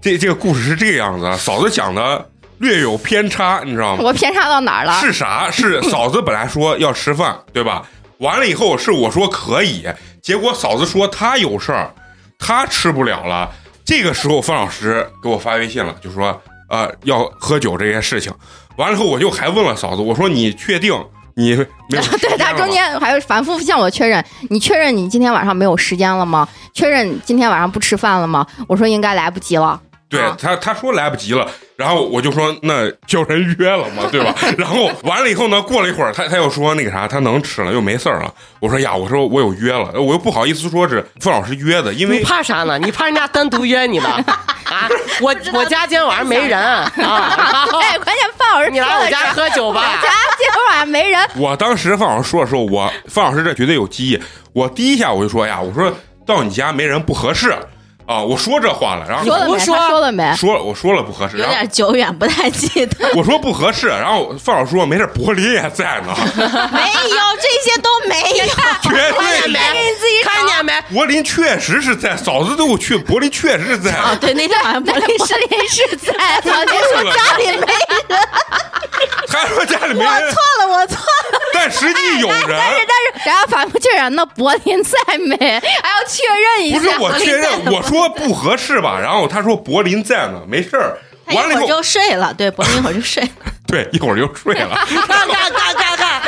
这这个故事是这个样子，啊，嫂子讲的略有偏差，你知道吗？我偏差到哪儿了？是啥？是嫂子本来说要吃 饭，对吧？完了以后是我说可以，结果嫂子说她有事儿，她吃不了了。这个时候范老师给我发微信了，就说呃要喝酒这些事情。完了以后我就还问了嫂子，我说你确定你没有时间 对了吗？他中间还反复向我确认，你确认你今天晚上没有时间了吗？确认你今天晚上不吃饭了吗？我说应该来不及了。对啊他他说来不及了，然后我就说那叫人约了嘛，对吧？ 然后完了以后呢，过了一会儿，他他又说那个啥，他能吃了，又没事儿了。我说呀，我说我有约了，我又不好意思说是范老师约的，因你为怕啥呢？你怕人家单独约你呢？ 啊，我我家今天晚上没人啊，然后哎，关键范老师 你来我家喝酒我吧家。今天晚上没人，我当时范老师说的时候，我范老师这绝对有记忆，我第一下我就说呀，我说到你家没人不合适啊，我说这话了，然后说了胡没？说他说了没？说了我说了不合适，有然后点久远不太记得，我说不合适，然后范老师说没事，柏林也在呢， 没有这些都没有，绝对看见没有。？看见没？柏林确实是在，嫂子都我去，柏林确实是在。哦对，那天好像不那认识柏。林是在的，您说家里没人，他说家里没我人错，了，我错了，哎但实际有人。但是人家反复确认，那柏林在没？还要确认一不是下。我确认，我说不合适吧，然后他说柏林在呢，没事儿。他一完了会以儿后就睡了，对，脖子一会儿就睡了。对，一会儿就睡 了。嘎嘎嘎嘎嘎，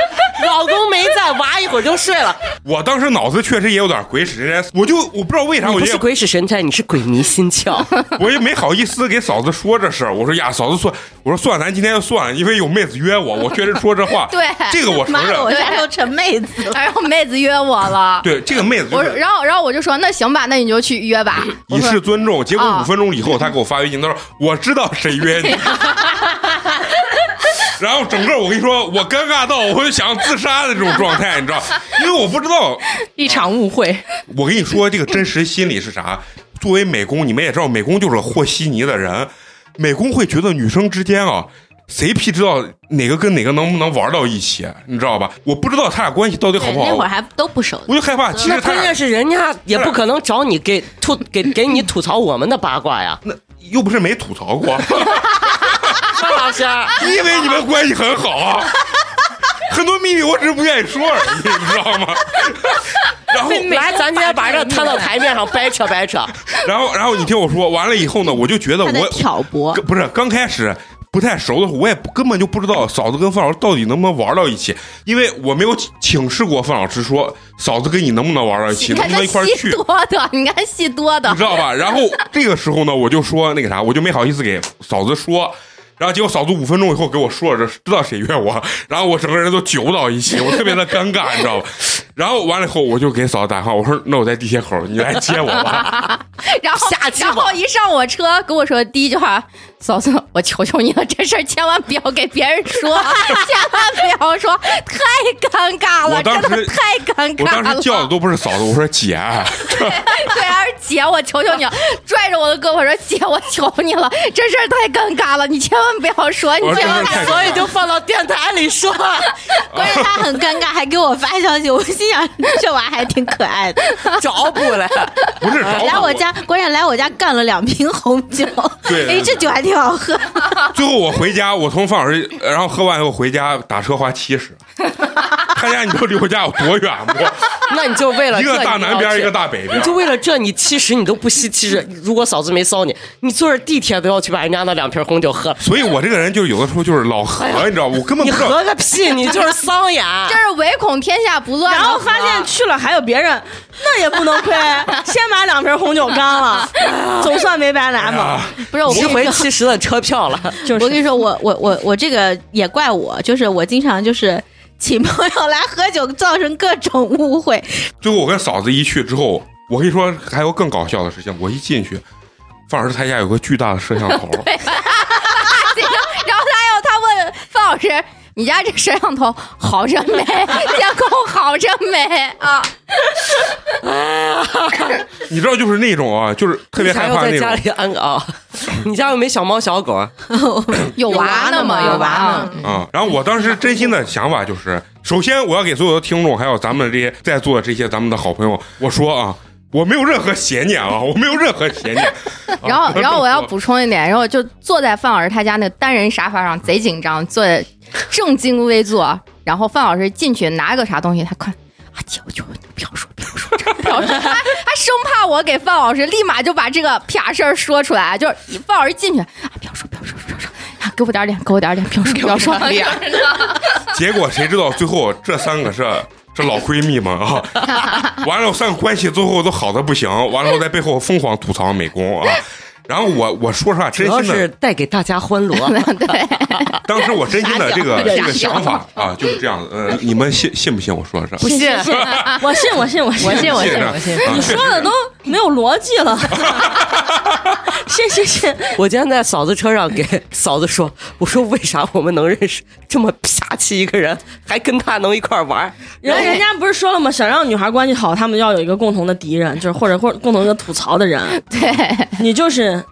老公没在，娃一会儿就睡了。我当时脑子确实也有点鬼使，我就我不知道为啥，你哎我不也是鬼使神差，你是鬼迷心窍。我也没好意思给嫂子说这事儿。我说呀，嫂子算，我说算，咱今天就算，因为有妹子约我，我确实说这 话。对这个我承妈的，我认。家又成妹子了。然后妹子约我了，对，这个妹子就我是然后然后我就说那行吧，那你就去约吧。以示尊重。结果啊五分钟以后，他给我发微信，他说我知道谁约你。然后整个我跟你说，我尴尬到我就想自杀的这种状态，你知道，因为我不知道一场误会，我跟你说，这个真实心理是啥？作为美工，你们也知道，美工就是个和稀泥的人。美工会觉得女生之间啊，谁屁知道哪个跟哪个能不能玩到一起，你知道吧？我不知道他俩关系到底好对，不那会儿好，还嗯都不熟。我就害怕。其那实他关俩键是人家也不可能找你给吐给给你吐槽我们的八卦呀，那又不是没吐槽过，张老 师。因为你们关系很好啊， 很多秘密我只是不愿意说而已，你知道吗？ 然后来，咱今天把这摊到台面上掰扯 掰扯。然后，然后你听我说完了以后呢，我就觉得他在我挑拨刚不是刚开始不太熟的时候，我也不根本就不知道嫂子跟范老师到底能不能玩到一起，因为我没有请示过范老师说嫂子跟你能不能玩到一起，你能看不能这一块儿去戏。多的， 你看戏多的 你知，道吧？然后这个时候呢，我就说那个啥，我就没好意思给嫂子说。然后结果嫂子五分钟以后给我说了这，知道谁约我， 然后我整个人都揪到一起，我特别的尴尬，你知道吧？ 然后完了以后，我就给嫂子打电话，我说那我在地铁口，你来接我 吧。然后下去吧然后一上我车跟我说第一句话，嫂子，我求求你了，这事儿千万不要给别人 说，千万不要说，太尴尬我了，当真时的太尴我尬了。当时叫的都不是嫂子，我说姐，啊 对，而姐，我求求你了，拽着我的胳膊说：“姐，我求你了，这事儿太尴尬了，你千万不要说，你我说千万这事儿太尴尬不要所说。以就放到电台里说，关键他很尴尬，还给我发消息，我心想这娃还挺可爱的。找补了。不是找 来我家，关键来我家干了两瓶红 酒，对哎，这酒还挺好喝。最后我回家，我从范老师，然后喝完以后回家 打车花七十。他家你知道离我家有多远 不？那你就为了一这个大南边，一个。大北你边要去你。就为了这，你其实你都不惜其实，如果嫂子没骚你，你坐着地铁都要去把人家那两瓶红酒喝。所以我这个人就是有的时候就是老喝，你知道，我根本哎你不知道。合个屁！你就是桑雅 这，是唯恐天下不乱。” 然后发 现去了还有别人，那也不能 亏，先把两瓶红酒干了，哎总算没白来嘛。啊，不是，我跟值你回说，七十的车票了。就我跟是你说，我我我我这个也怪我，就是我经常就是。请朋友来喝酒，造成各种误 会。最后我跟嫂子一去之后，我跟你说还有更搞笑的事情。我一进去，范老师他家有个巨大的摄像 头，然后他又他问范老师：“你家这摄像头好着 没？监控好着没啊你知道就是那种啊，就是 特别你还害要怕在那家种。里安个啊？你家又没小猫小狗，？”有娃娃呢呢吗吗？有有娃娃呢呢？啊、然后我当时真心的想法就是，首先我要给所有的听众，还有咱们这些在座的这些咱们的好朋友，我说啊，我没有任何邪念啊，我没有任何邪念。啊 然后，然后我要我补充一点，然后就坐在范老师他家那个单人沙发上，贼紧张，坐得正襟危坐。然后范老师进去拿个啥东西，他看啊姐，我求求你不要说，不要说，这不要说，他他生怕我给范老师立马就把这个啪事儿说出来，就是范老师进去啊，不要说，不要说，不要说，啊，给我点脸，给我点脸，不要说，不要说，结果谁知道最后这三个是这老闺蜜们啊， 完了我三个关系最后都好的不行，完了我在背后疯狂吐槽美工啊。然后我我说实话，主真要心是的，带给大家 欢乐。当时我真心的这个傻笑这个想法啊，就是这样的。 呃，你们信信不信我说的不是？信，我信，我信，我信，我信，我信，是我信。啊你说的都没有逻辑了。 信信信， 我今天在嫂子车上给嫂子说，我说为啥我们能认识这么啪气一个人，还跟他能一块儿玩儿？人人家不是说了吗？想让女孩关系好，他们要有一个共同的敌人，就是或者或者共同一个吐槽的人。对，你就是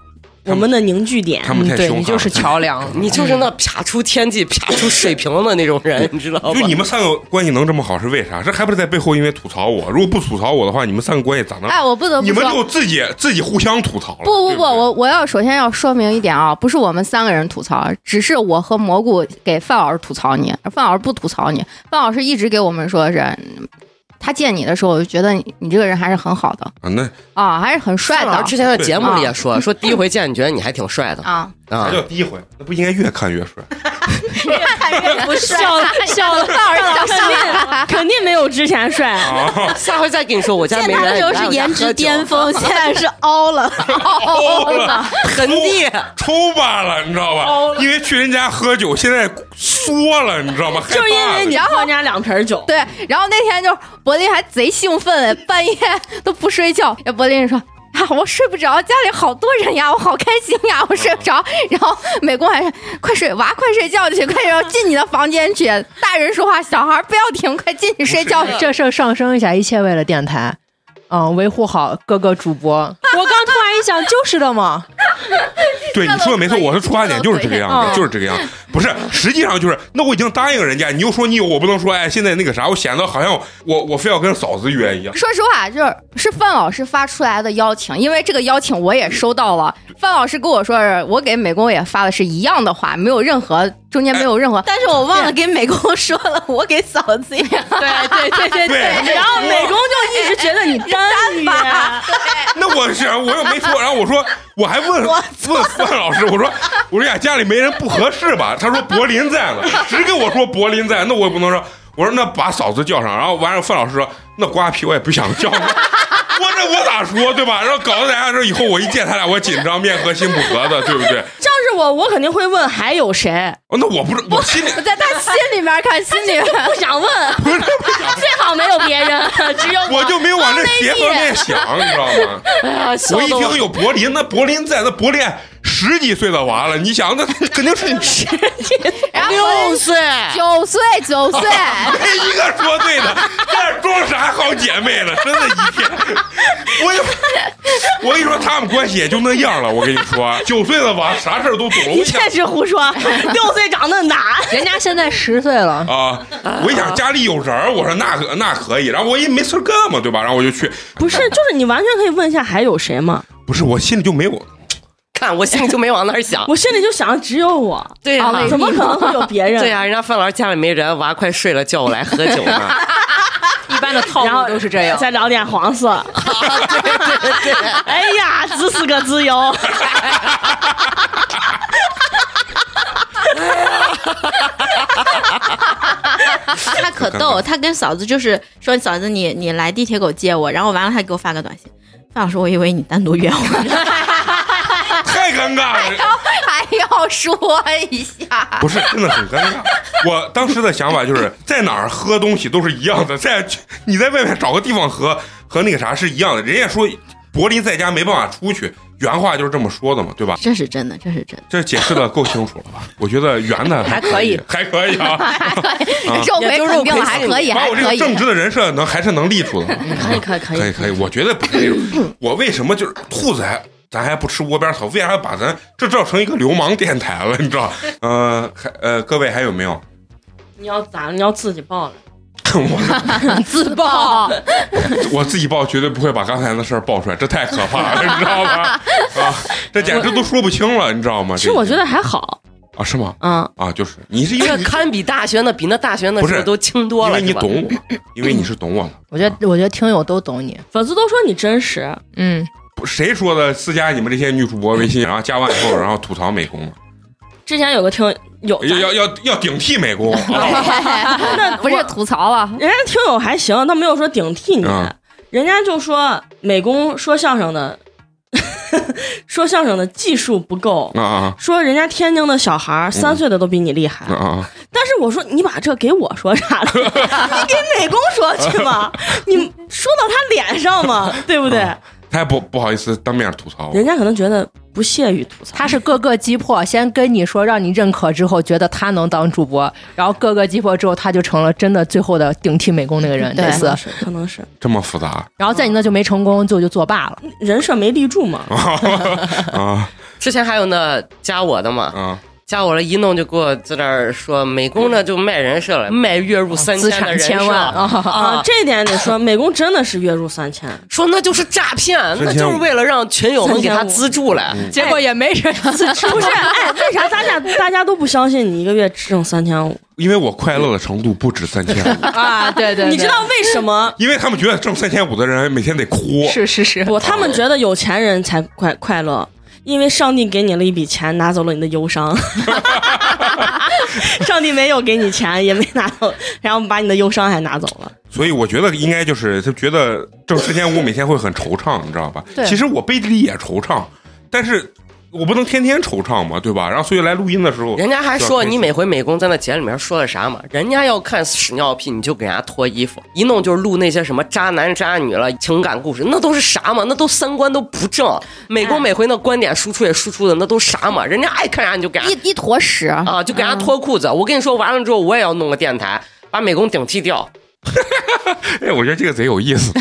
我们的凝聚点。他们太对凶悍了，你就是桥梁，嗯你就是那啪出天际、啪出水平的那种人，你知道吗就？你们三个关系能这么好是为啥？这还不是在背后因为吐槽我？如果不吐槽我的话，你们三个关系咋能？哎，我不得不你说们，就自己自己互相吐槽了。不不哦对不，对我我要首先要说明一点啊，不是我们三个人吐槽，只是我和蘑菇给范老师吐槽你，范老师不吐槽你，范老师一直给我们说是。嗯他见你的时候，我就觉得你你这个人还是很好的啊，那啊，还是很帅范老的师之前在节啊目里也说，说第一回见你觉得你还挺帅的啊。啥啊，叫第一回？那不应该越看越帅。越看越不帅。笑了笑了，范老老师师肯定肯定没有之前帅。啊哦下回再跟你说我家见没他人，的时候是颜值 巅峰， 现在是凹了。哦凹 了，很地。抽巴了，你知道哦吧？因为去人家喝酒，现在缩了，你知道吗？害就是因怕为了你泡人家两瓶酒，对，然后那天就柏林还贼兴奋，半夜都不睡觉。然后柏林说。啊，我睡不着，家里好多人呀，我好开心呀，我睡不着。然后美工还是快睡，娃快睡觉去，快睡觉，进你的房间去。大人说话，小孩不要听，快进去睡觉去。这事儿上升一下，一切为了电台，嗯，维护好各个主播。我刚突然一想，就是的嘛，对，你说的没错，我的出发点就是这个样嗯啊子，就是这个样子。不是，实际上就是，那我已经答应人家，你又说你有，我不能说，哎，现在那个啥，我显得好像我我我非要跟嫂子约一样。说实话，就是是范老师发出来的邀请，因为这个邀请我也收到了。范老师跟我说，我给美工也发的是一样的话，没有任何中间没有任何。但是我忘了给美工说了， 我给嫂子也对对对对对然后美工就一直觉哎得你单啊女， 那我是我又没说，然后我说我还问问范老师，我说我说呀，家里没人不合适吧？他说柏林在呢，只跟我说柏林在，那我也不能说。我说那把嫂子叫上，然后完了范老师说那瓜皮我也不想叫呢。 我这我咋说对吧？然后搞得大家说以后我一见他俩我紧张面和心不和的，对不对？这要是我，我肯定会问还有谁，哦，那我不是我心里我在他心里面看，心里面不想问，不是不想， 最好没有别人，只有我就没有往这妹鞋弟方面想，你知道吗？哎呀，笑我一得听我有柏林，那柏林在，那柏林十几岁的娃了，你想那肯定是你哎然后六岁，九岁，九 岁，没一个说对的， 在这装啥好姐妹呢？真的，一天， 我也，我跟你说，他们关系也就那样了。我跟你说，啊九岁的娃啥事儿都懂了。我一一想切是胡 说，六岁长那么大， 人家现在十岁了，啊，我一想家里有人儿，我说那可那可以。然后我也没事儿干嘛，对吧？然后我就去，不是，就是你完全可以问一下还有谁嘛， 不是我心里就没有，看我心里就没往那儿 想。我心里就想只有我，啊对呀、怎么可能会有啊别人？对呀、啊人家范老师家里没人，娃快睡了，叫我来喝酒呢。 一般的套然后路都是这啊样。再聊点黄色。对对啊对， 哎呀，只是个自由。他可逗，他跟嫂子就是说嫂子你你来地铁口接我，然后完了他给我发个短信，范老师我以为你单独约我，太尴尬了。 还要说一啊下，不是，真的很尴尬。我当时的想法就是，在哪儿喝东西都是一样的，在你在外面找个地方喝和那个啥是一样的。人家说柏林在家没办法出去，原话就是这么说的嘛，对吧？ 这是真的，这是真的。这解释的够清楚了吧？我觉得圆的还可以，还可以啊。肉没肯定了，还可以，把还我这可个正以。直的人设能还是能立住的，可以可以可以可以可以，我觉得不是那种。我为什么就是兔子还咱还不吃窝边草，为啥要把咱这造成一个流氓电台了？你知道？呃，还呃，各位还有没有？你要咋？你要自己报了。 我自爆， 我自己报绝对不会把刚才的事儿爆出来，这太可怕了，你知道吗？啊，这简直都说不清了，你知道吗？其实我觉得还好，啊，是吗？嗯，啊，就是你是因为这你堪比大学那比那大学那不时是候都轻多因了，为你是吧懂我，因为你是懂我的。我觉得我觉得听友都懂你，粉丝都说你真实，嗯，不谁说的？私加你们这些女主播微信，然后加完以后，然后吐槽美工，之前有个听有要要要要顶替美工啊！那不是我吐槽啊 了，人家听友还行，他没有说顶替你，嗯人家就说美工说相声的， 说相声的技术不够。啊啊说人家天津的小孩儿嗯三岁的都比你厉害，啊啊！但是我说你把这给我说啥 了？你给美工说去嘛，你说到他脸上嘛， 对不对？哦他还不不好意思当面吐槽我，人家可能觉得不屑于吐槽。他是各个击破，先跟你说让你认可之后，觉得他能当主播，然后各个击破之后，他就成了真的最后的顶替美工那个人，对类可似能。是，可能是这么复杂然后在你那就没成功，就就作罢了。人设没立住嘛。啊啊之前还有那加我的嘛，啊！加我了一弄就给我在那儿说，美工呢就卖人设了，卖月入三资千的产人设，千万啊！啊啊，这一点得 说，美工真的是月入三千，说那就是诈骗，三那千就五是为了让群友们给他资助来。 结果也没人自知，不是？哎，为啥大家大家都不相信你一个月挣三千五因为我快乐的程度不止三千五，啊？对对，你知道为什么？因为他们觉得挣三千五的人每天得哭对。是是是， 不，他们觉得有钱人才快快乐，因为上帝给你了一笔钱，拿走了你的忧伤。 上帝没有给你钱，也没拿走，然后把你的忧伤还拿走了。所以我觉得应该就是他觉得挣三千五每天会很惆怅，你知道吧？对其实我背地里也惆怅，但是我不能天天惆怅嘛，对吧？然后所以来录音的时候，人家还就要说开心你每回美工在那节里面说的啥嘛？人家要看屎尿屁，你就给人家脱衣服，一弄就是录那些什么渣男渣女了、情感故事，那都是啥嘛？那都三观都不正。美工每回那观点输出也输出的，那都啥嘛？人家爱看啥你就给人家一一坨屎。啊，就给人家脱裤子。我跟你说，完了之后我也要弄个电台，把美工顶替掉。哎，我觉得这个贼有意思。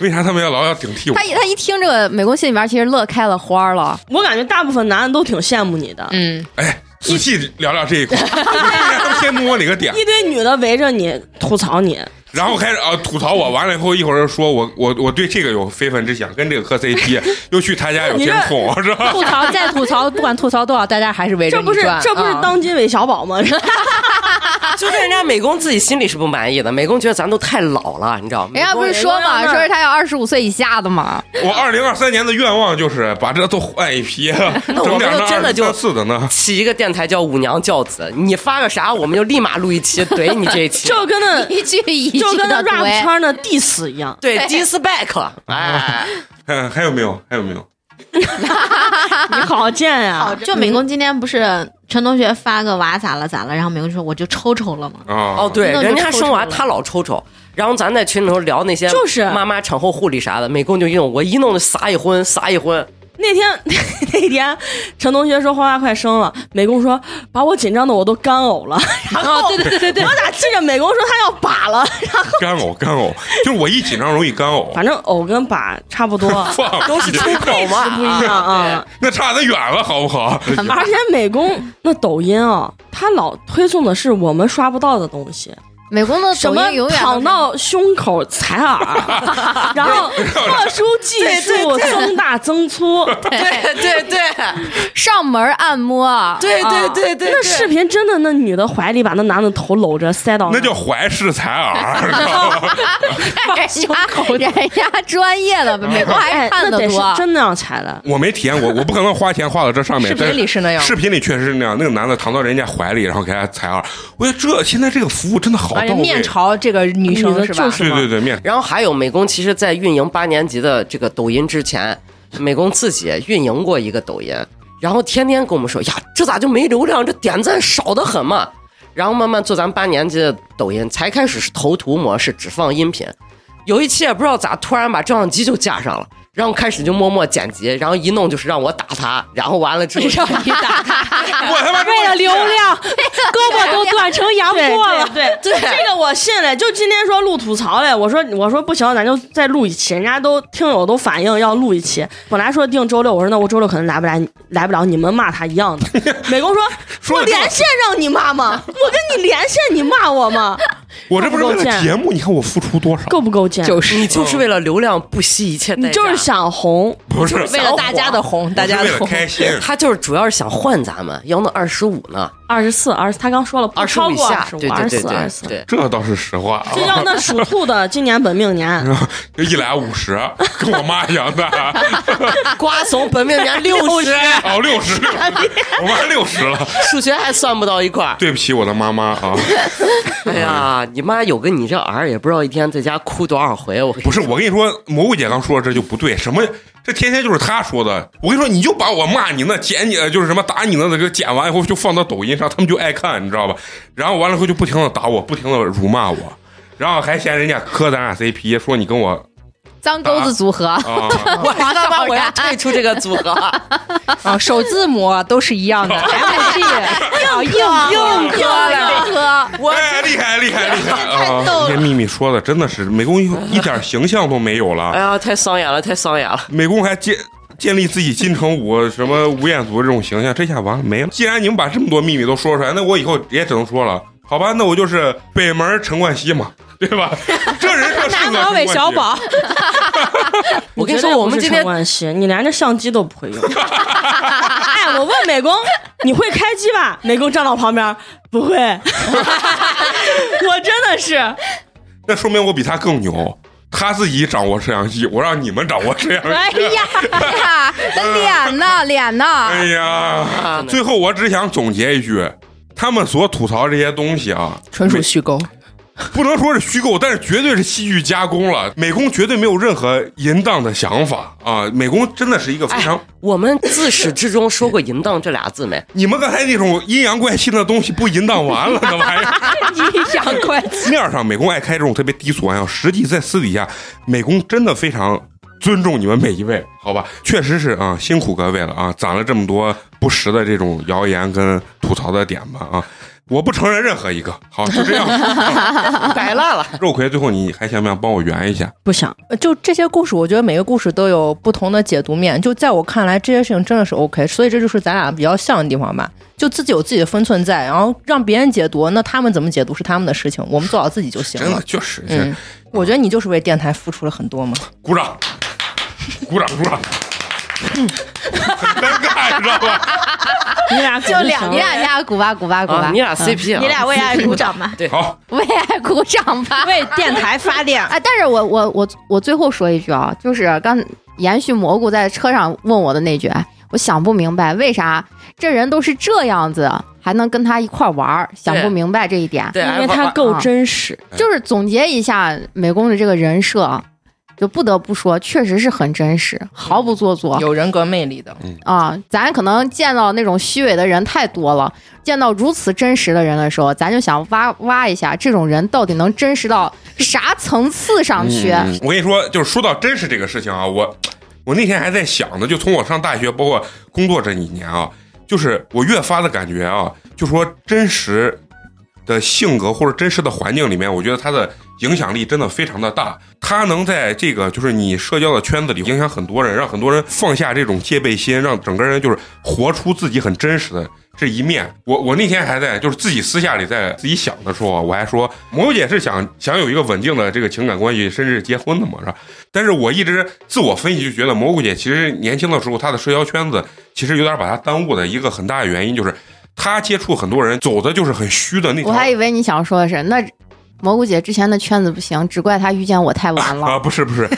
为啥他们要老要顶替我他？一他一听这个美工心里面其实乐开了花了，我感觉大部分男的都挺羡慕你的，嗯，哎，仔细聊聊这一块，他 们先摸我哪个点，一堆女的围着你吐槽你，然后开始啊吐槽我，完了以后一会儿又说我我我对这个有非分之想，跟这个磕 CP，又去他家有监控，是吧？ 吐槽再吐槽，不管吐槽多少，大家还是围着这你不是转这不是啊当今韦小宝吗？ 就是人家美工自己心里是不满意的，美工觉得咱都太老了，你知道吗？哎人家不是说美工嘛，人家那说是他要二十五岁以下的 嘛，我二零二三年的愿望就是把这都换一批，啊 整我点们那就真的就二四的呢。 起一个电台叫舞娘教子，你发个啥，我们就立马录一期怼你这一 期。 就跟 那一句一句就跟那的 rap 怼。圈的 diss 一 样，对，dis back，哎，嗯，还有没有？还有没有？你好贱 呀！就美工今天不是陈同学发个娃咋了咋了，然后美工就说我就抽抽了嘛。啊，哦，对，那就人家抽生娃抽了他老抽抽，然后咱在群里头聊那些就是妈妈产后护理啥的，美工就用我一弄就撒一荤撒一荤，那天 那天，陈同学说花花快生了，美工说把我紧张的我都干呕 了。然哦后、对对对对对，我咋记着美工说他要把了？干呕干呕，就是我一紧张容易干呕。反正呕跟把差不多，放都是出口嘛， 不一样啊。那差得远了，好不好？而且美工那抖音啊，他老推送的是我们刷不到的东西，美工的什抖么音永远都 躺是到胸口采 耳，然后特殊技术增大增粗，对对对上门按摩，对对对对对，那视频真的，那女的怀里把那男的头搂着塞到那叫怀氏采耳，知道 吗？ 人家人家专业的，美国还哎是看那的得是多。真那样踩 的。我没体验过，我不可能花钱花到这上面。视频但里是那样视频里确实是那样。那个男的躺到人家怀里，然后给他采耳。我觉得这现在这个服务真的好而到且位。哎面朝这个女女生的是吧就？是对对对，面然后还有美工，其实，在运营八年级的这个抖音之前，美工自己运营过一个抖音，然后天天跟我们说呀，这咋就没流量？这点赞少得很嘛。然后慢慢做咱八年级的抖音，才开始是头图模式，只放音频。有一期也不知道咋，突然把照相机就架上了，然后开始就默默剪辑，然后一弄就是让我打他，然后完了之后，你打他，我他妈这么 为了流量，胳膊都断成杨过了。对对这个我信了。就今天说录吐槽嘞，我说我说不行，咱就再录一期。人家都听友都反映要录一期，本来说定周六，我说那我周六可能来不来，来不了，你们骂他一样的。 美工说，说我得这么连线让你骂吗？我跟你连线，你骂我 吗？我这不是为了节目，你看我付出多少？够不够贱？就是你就是为了流量不惜一切代价，你就是想红，不是为了大家的红，大家我是为的了红。开 心。他嗯就是主要是想换咱们，要那二十五呢。二十四，二十，他刚说了，不二十超五以过下二十，对五，对二十对四，二十对四。对，这倒是实话啊就！像那属兔 的，今年本命年，然后就 一来五十，跟我妈一样的，瓜怂本命年六十，哦，六十六，我妈六十了，数学还算不到一块儿。对不起我的妈妈啊！哎呀，你妈有个你这儿，也不知道一天在家哭多少回。我跟你不是，我跟你说，蘑菇姐刚说的这就不对，什么这天天就是她说的。我跟你说，你就把我骂你那剪你呃就是什么打你那个剪完以后就放到抖音上，他们就爱看，你知道吧？然后完了以后就不停的打我，不停的辱骂我，然后还嫌人家磕咱俩 CP，说你跟我脏钩子组 合，啊， 我他妈我要退出这个组 合，啊，首字母都是一样的，M G，硬硬哥了，我哎，厉害厉害厉害啊！太逗了这些秘密说的真的是美工一一点形象都没有哎了，呀，太伤眼了，太伤眼了。美工还接。建立自己金城武什么吴彦祖这种形象，这下完了没了。既然你们把这么多秘密都说出来，那我以后也只能说了，好吧？那我就是北门陈冠希嘛，对 吧？这人这是南个马陈韦冠希小，宝，我跟你说，我们今天关系，你连这相机都不会用。 哎，我问美工，你会开机吧？美工站到旁边，不会。 我真的是，那说明我比他更牛。他自己掌握摄像机，我让你们掌握摄像机。哎呀，哎呀，那脸呢？脸呢？哎啊呀，最后我只想总结一句：他们所吐槽这些东西啊，纯属虚构。不能说是虚构，但是绝对是戏剧加工了。美工绝对没有任何淫荡的想法啊！美工真的是一个非常……我们自始至终说过“淫荡”这俩字没？你们刚才那种阴阳怪气的东西不淫荡完了，那玩意儿 阴阳怪气，面上美工爱开这种特别低俗玩笑，实际在私底下，美工真的非常。尊重你们每一位，好吧？确实是啊，辛苦各位了啊，攒了这么多不实的这种谣言跟吐槽的点吧啊，我不承认任何一个，好，就这样。 摆烂了。肉葵，最后你还想不想帮我圆一下？不想。呃就这些故事，我觉得每个故事都有不同的解读面。就在我看来，这些事情真的是 OK，所以这就是咱俩比较像的地方吧。就自己有自己的分寸在，然后让别人解读，那他们怎么解读是他们的事情，我们做好自己就行真了的。就是，是嗯，我觉得你就是为电台付出了很多嘛。鼓掌，鼓掌，鼓 掌。很尴尬，你知道吧？你俩就就两，你俩俩鼓吧鼓吧鼓啊吧，，你俩 CP 啊？你俩为爱鼓掌吧。好，为爱鼓掌吧。 为电台发电，啊，但是我我我我最后说一句啊，就是刚延续蘑菇在车上问我的那句，啊我想不明白为啥这人都是这样子，还能跟他一块儿玩儿，想不明白这一点。 对，因哎为他够真实。就是总结一下美工的这个人设，啊就不得不说，确实是很真实，毫不做作有人格魅力的，啊。咱可能见到那种虚伪的人太多了，见到如此真实的人的时候，咱就想挖挖一下，这种人到底能真实到啥层次上去？嗯我跟你说，就是说到真实这个事情啊，我我那天还在想呢，就从我上大学，包括工作这一年啊，就是我越发的感觉啊，就说真实的性格或者真实的环境里面，我觉得他的影响力真的非常的大，他能在这个就是你社交的圈子里影响很多人，让很多人放下这种戒备心，让整个人就是活出自己很真实的这一面。我我那天还在就是自己私下里在自己想的时候啊，我还说蘑菇姐是想想有一个稳定的这个情感关系，甚至结婚的嘛，是吧？但是我一直自我分析就觉得蘑菇姐其实年轻的时候她的社交圈子其实有点把她耽误的一个很大的原因就是。她接触很多人，走的就是很虚的那条我还以为你想说的是，那蘑菇姐之前的圈子不行，只怪她遇见我太晚啊，了。不是不 是，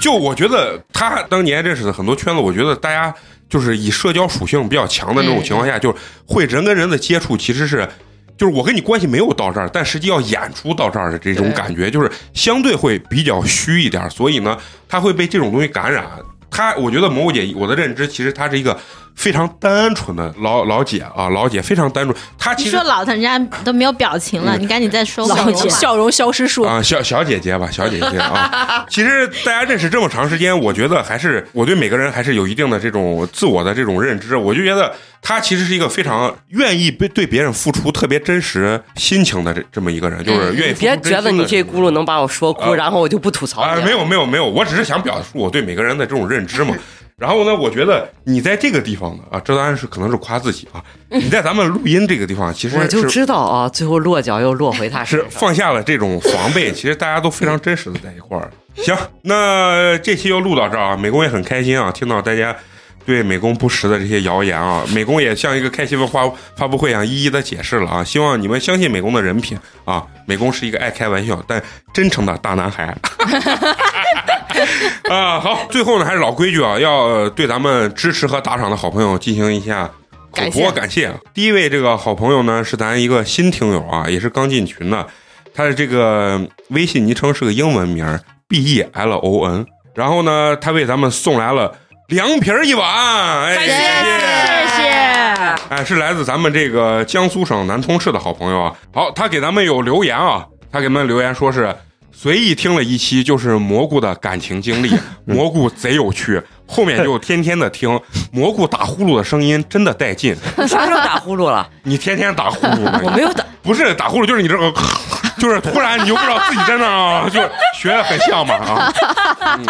就我觉得他当年认识的很多圈子，我觉得大家就是以社交属性比较强的那种情况下，就是会人跟人的接触其实是。就是我跟你关系没有到这儿，但实际要演出到这儿的这种感觉，就是相对会比较虚一点，所以呢，他会被这种东西感染。她，我觉得蘑菇姐，我的认知其实她是一个非常单纯的老老姐啊，老姐非常单纯。她其你实嗯说老他人家都没有表情了，你赶紧再说吧。老姐笑容消失术，啊，小小姐姐吧，小姐姐 啊。其实大家认识这么长时间，我觉得还是我对每个人还是有一定的这种自我的这种认知。我就觉得他其实是一个非常愿意被对别人付出特别真实心情的这这么一个人，就是愿意嗯你付出真心别的觉得你这轱辘能把我说哭，啊然后我就不吐槽啊、你了。没有没有没有，我只是想表述我对每个人的这种认 知嘛。然后呢，我觉得你在这个地方呢，啊，这当然是可能是夸自己啊。你在咱们录音这个地方，其实我就是知道啊，最后落脚又落回他身是上。放下了这种防备，其实大家都非常真实的在一块儿。行，那这期就录到这儿啊，美工也很开心啊，听到大家对美工不实的这些谣言啊，美工也像一个开新闻发发布会一样一一的解释了啊，希望你们相信美工的人品啊，美工是一个爱开玩笑但真诚的大男孩。 啊，好，最后呢还是老规矩啊，要呃对咱们支持和打赏的好朋友进行一下口感播谢感谢啊。第一位这个好朋友呢是咱一个新听友啊，也是刚进群的，他的这个微信昵称是个英文名 B E L O N，然后呢他为咱们送来了凉皮儿一碗，哎，谢谢。谢哎，是来自咱们这个江苏省南通市的好朋友啊。好，他给咱们有留言啊，他给咱们留言说是随意听了一期，就是蘑菇的感情经历，蘑菇贼有趣，后面就天天的听蘑菇打呼噜的声音，真的带劲。 啥时候打呼噜了？ 你天天打呼噜呢，我没有打，不是打呼噜，就是你这个 就是突然你就不知道自己在那儿啊，就学的很像嘛啊。嗯、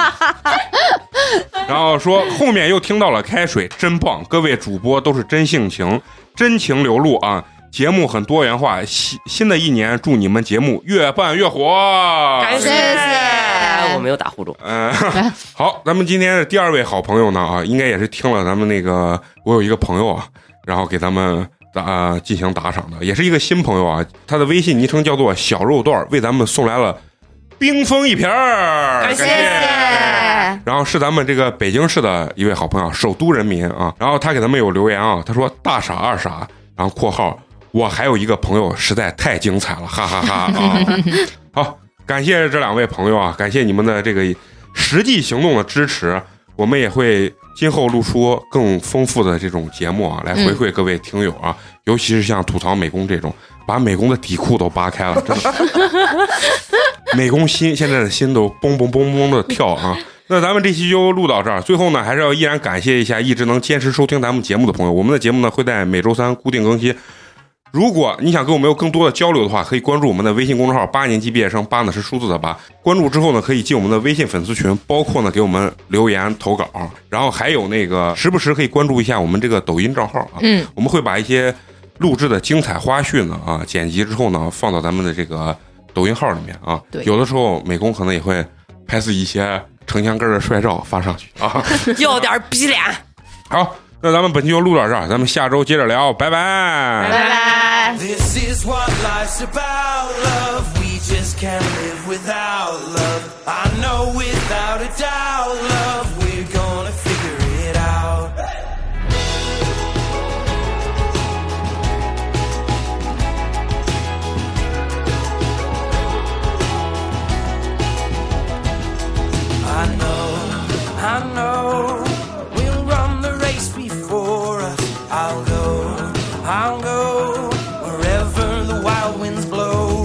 然后说后面又听到了开水，真棒，各位主播都是真性情，真情流露啊。节目很多元化，新新的一年祝你们节目越办越火。感谢谢我没有打呼噜。嗯，好，咱们今天的第二位好朋友呢啊，应该也是听了咱们那个，我有一个朋友啊，然后给咱们打、呃进行打赏的，也是一个新朋友啊，他的微信昵称叫做小肉段儿，为咱们送来了冰封一瓶儿，感感谢谢然后是咱们这个北京市的一位好朋友，首都人民啊。然后他给咱们有留言啊，他说大傻二傻，然后括号我还有一个朋友实在太精彩了，哈哈哈啊！好，感谢这两位朋友啊，感谢你们的这个实际行动的支持，我们也会今后录出更丰富的这种节目啊，来回馈各位听友啊，尤其是像吐槽美工这种，把美工的底裤都扒开了，真的。美工心现在的心都嘣嘣嘣嘣的跳啊！那咱们这期就录到这儿。最后呢，还是要依然感谢一下一直能坚持收听咱们节目的朋友。我们的节目呢会在每周三固定更新。如果你想跟我们有更多的交流的话，可以关注我们的微信公众号“八年级毕业生”，八呢是数字的八。关注之后呢，可以进我们的微信粉丝群，包括呢给我们留言投稿，然后还有那个时不时可以关注一下我们这个抖音账号啊。嗯，我们会把一些录制的精彩花絮呢啊剪辑之后呢放到咱们的这个抖音号里面啊。对有的时候美工可能也会拍摄一些城墙根儿的帅照发上去啊。 要点逼脸。好，那咱们本期就录到这儿，咱们下周接着聊，拜拜拜拜。 This is what life's about, love. We just can't live without love. I know without a doubt, love, we're gonna figure it out. I know, I know. We'll run the race before us. I'll go, I'll go wherever the wild winds blow.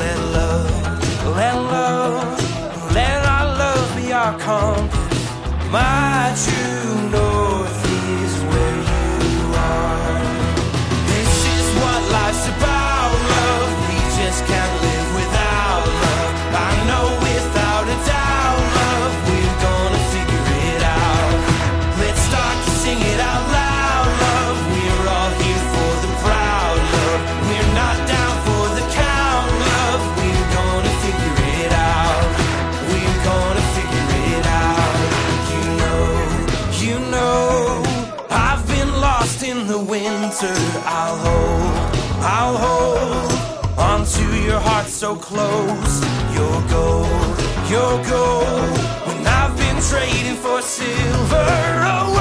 Let love, let love, let our love be our compass. My true north is where you are. This is what life's about, love. We just can't live without love. I know without a doubt, love, we're gonna figure it out. Let's start to sing it out loud, love. We're all here for the proud, love. We're not down for the count, love. We're gonna figure it out. We're gonna figure it out. You know, you know, I've been lost in the winter. I'll hold, I'll hold onto your heart so close. Your gold, your gold. When I've been trading for silver, oh,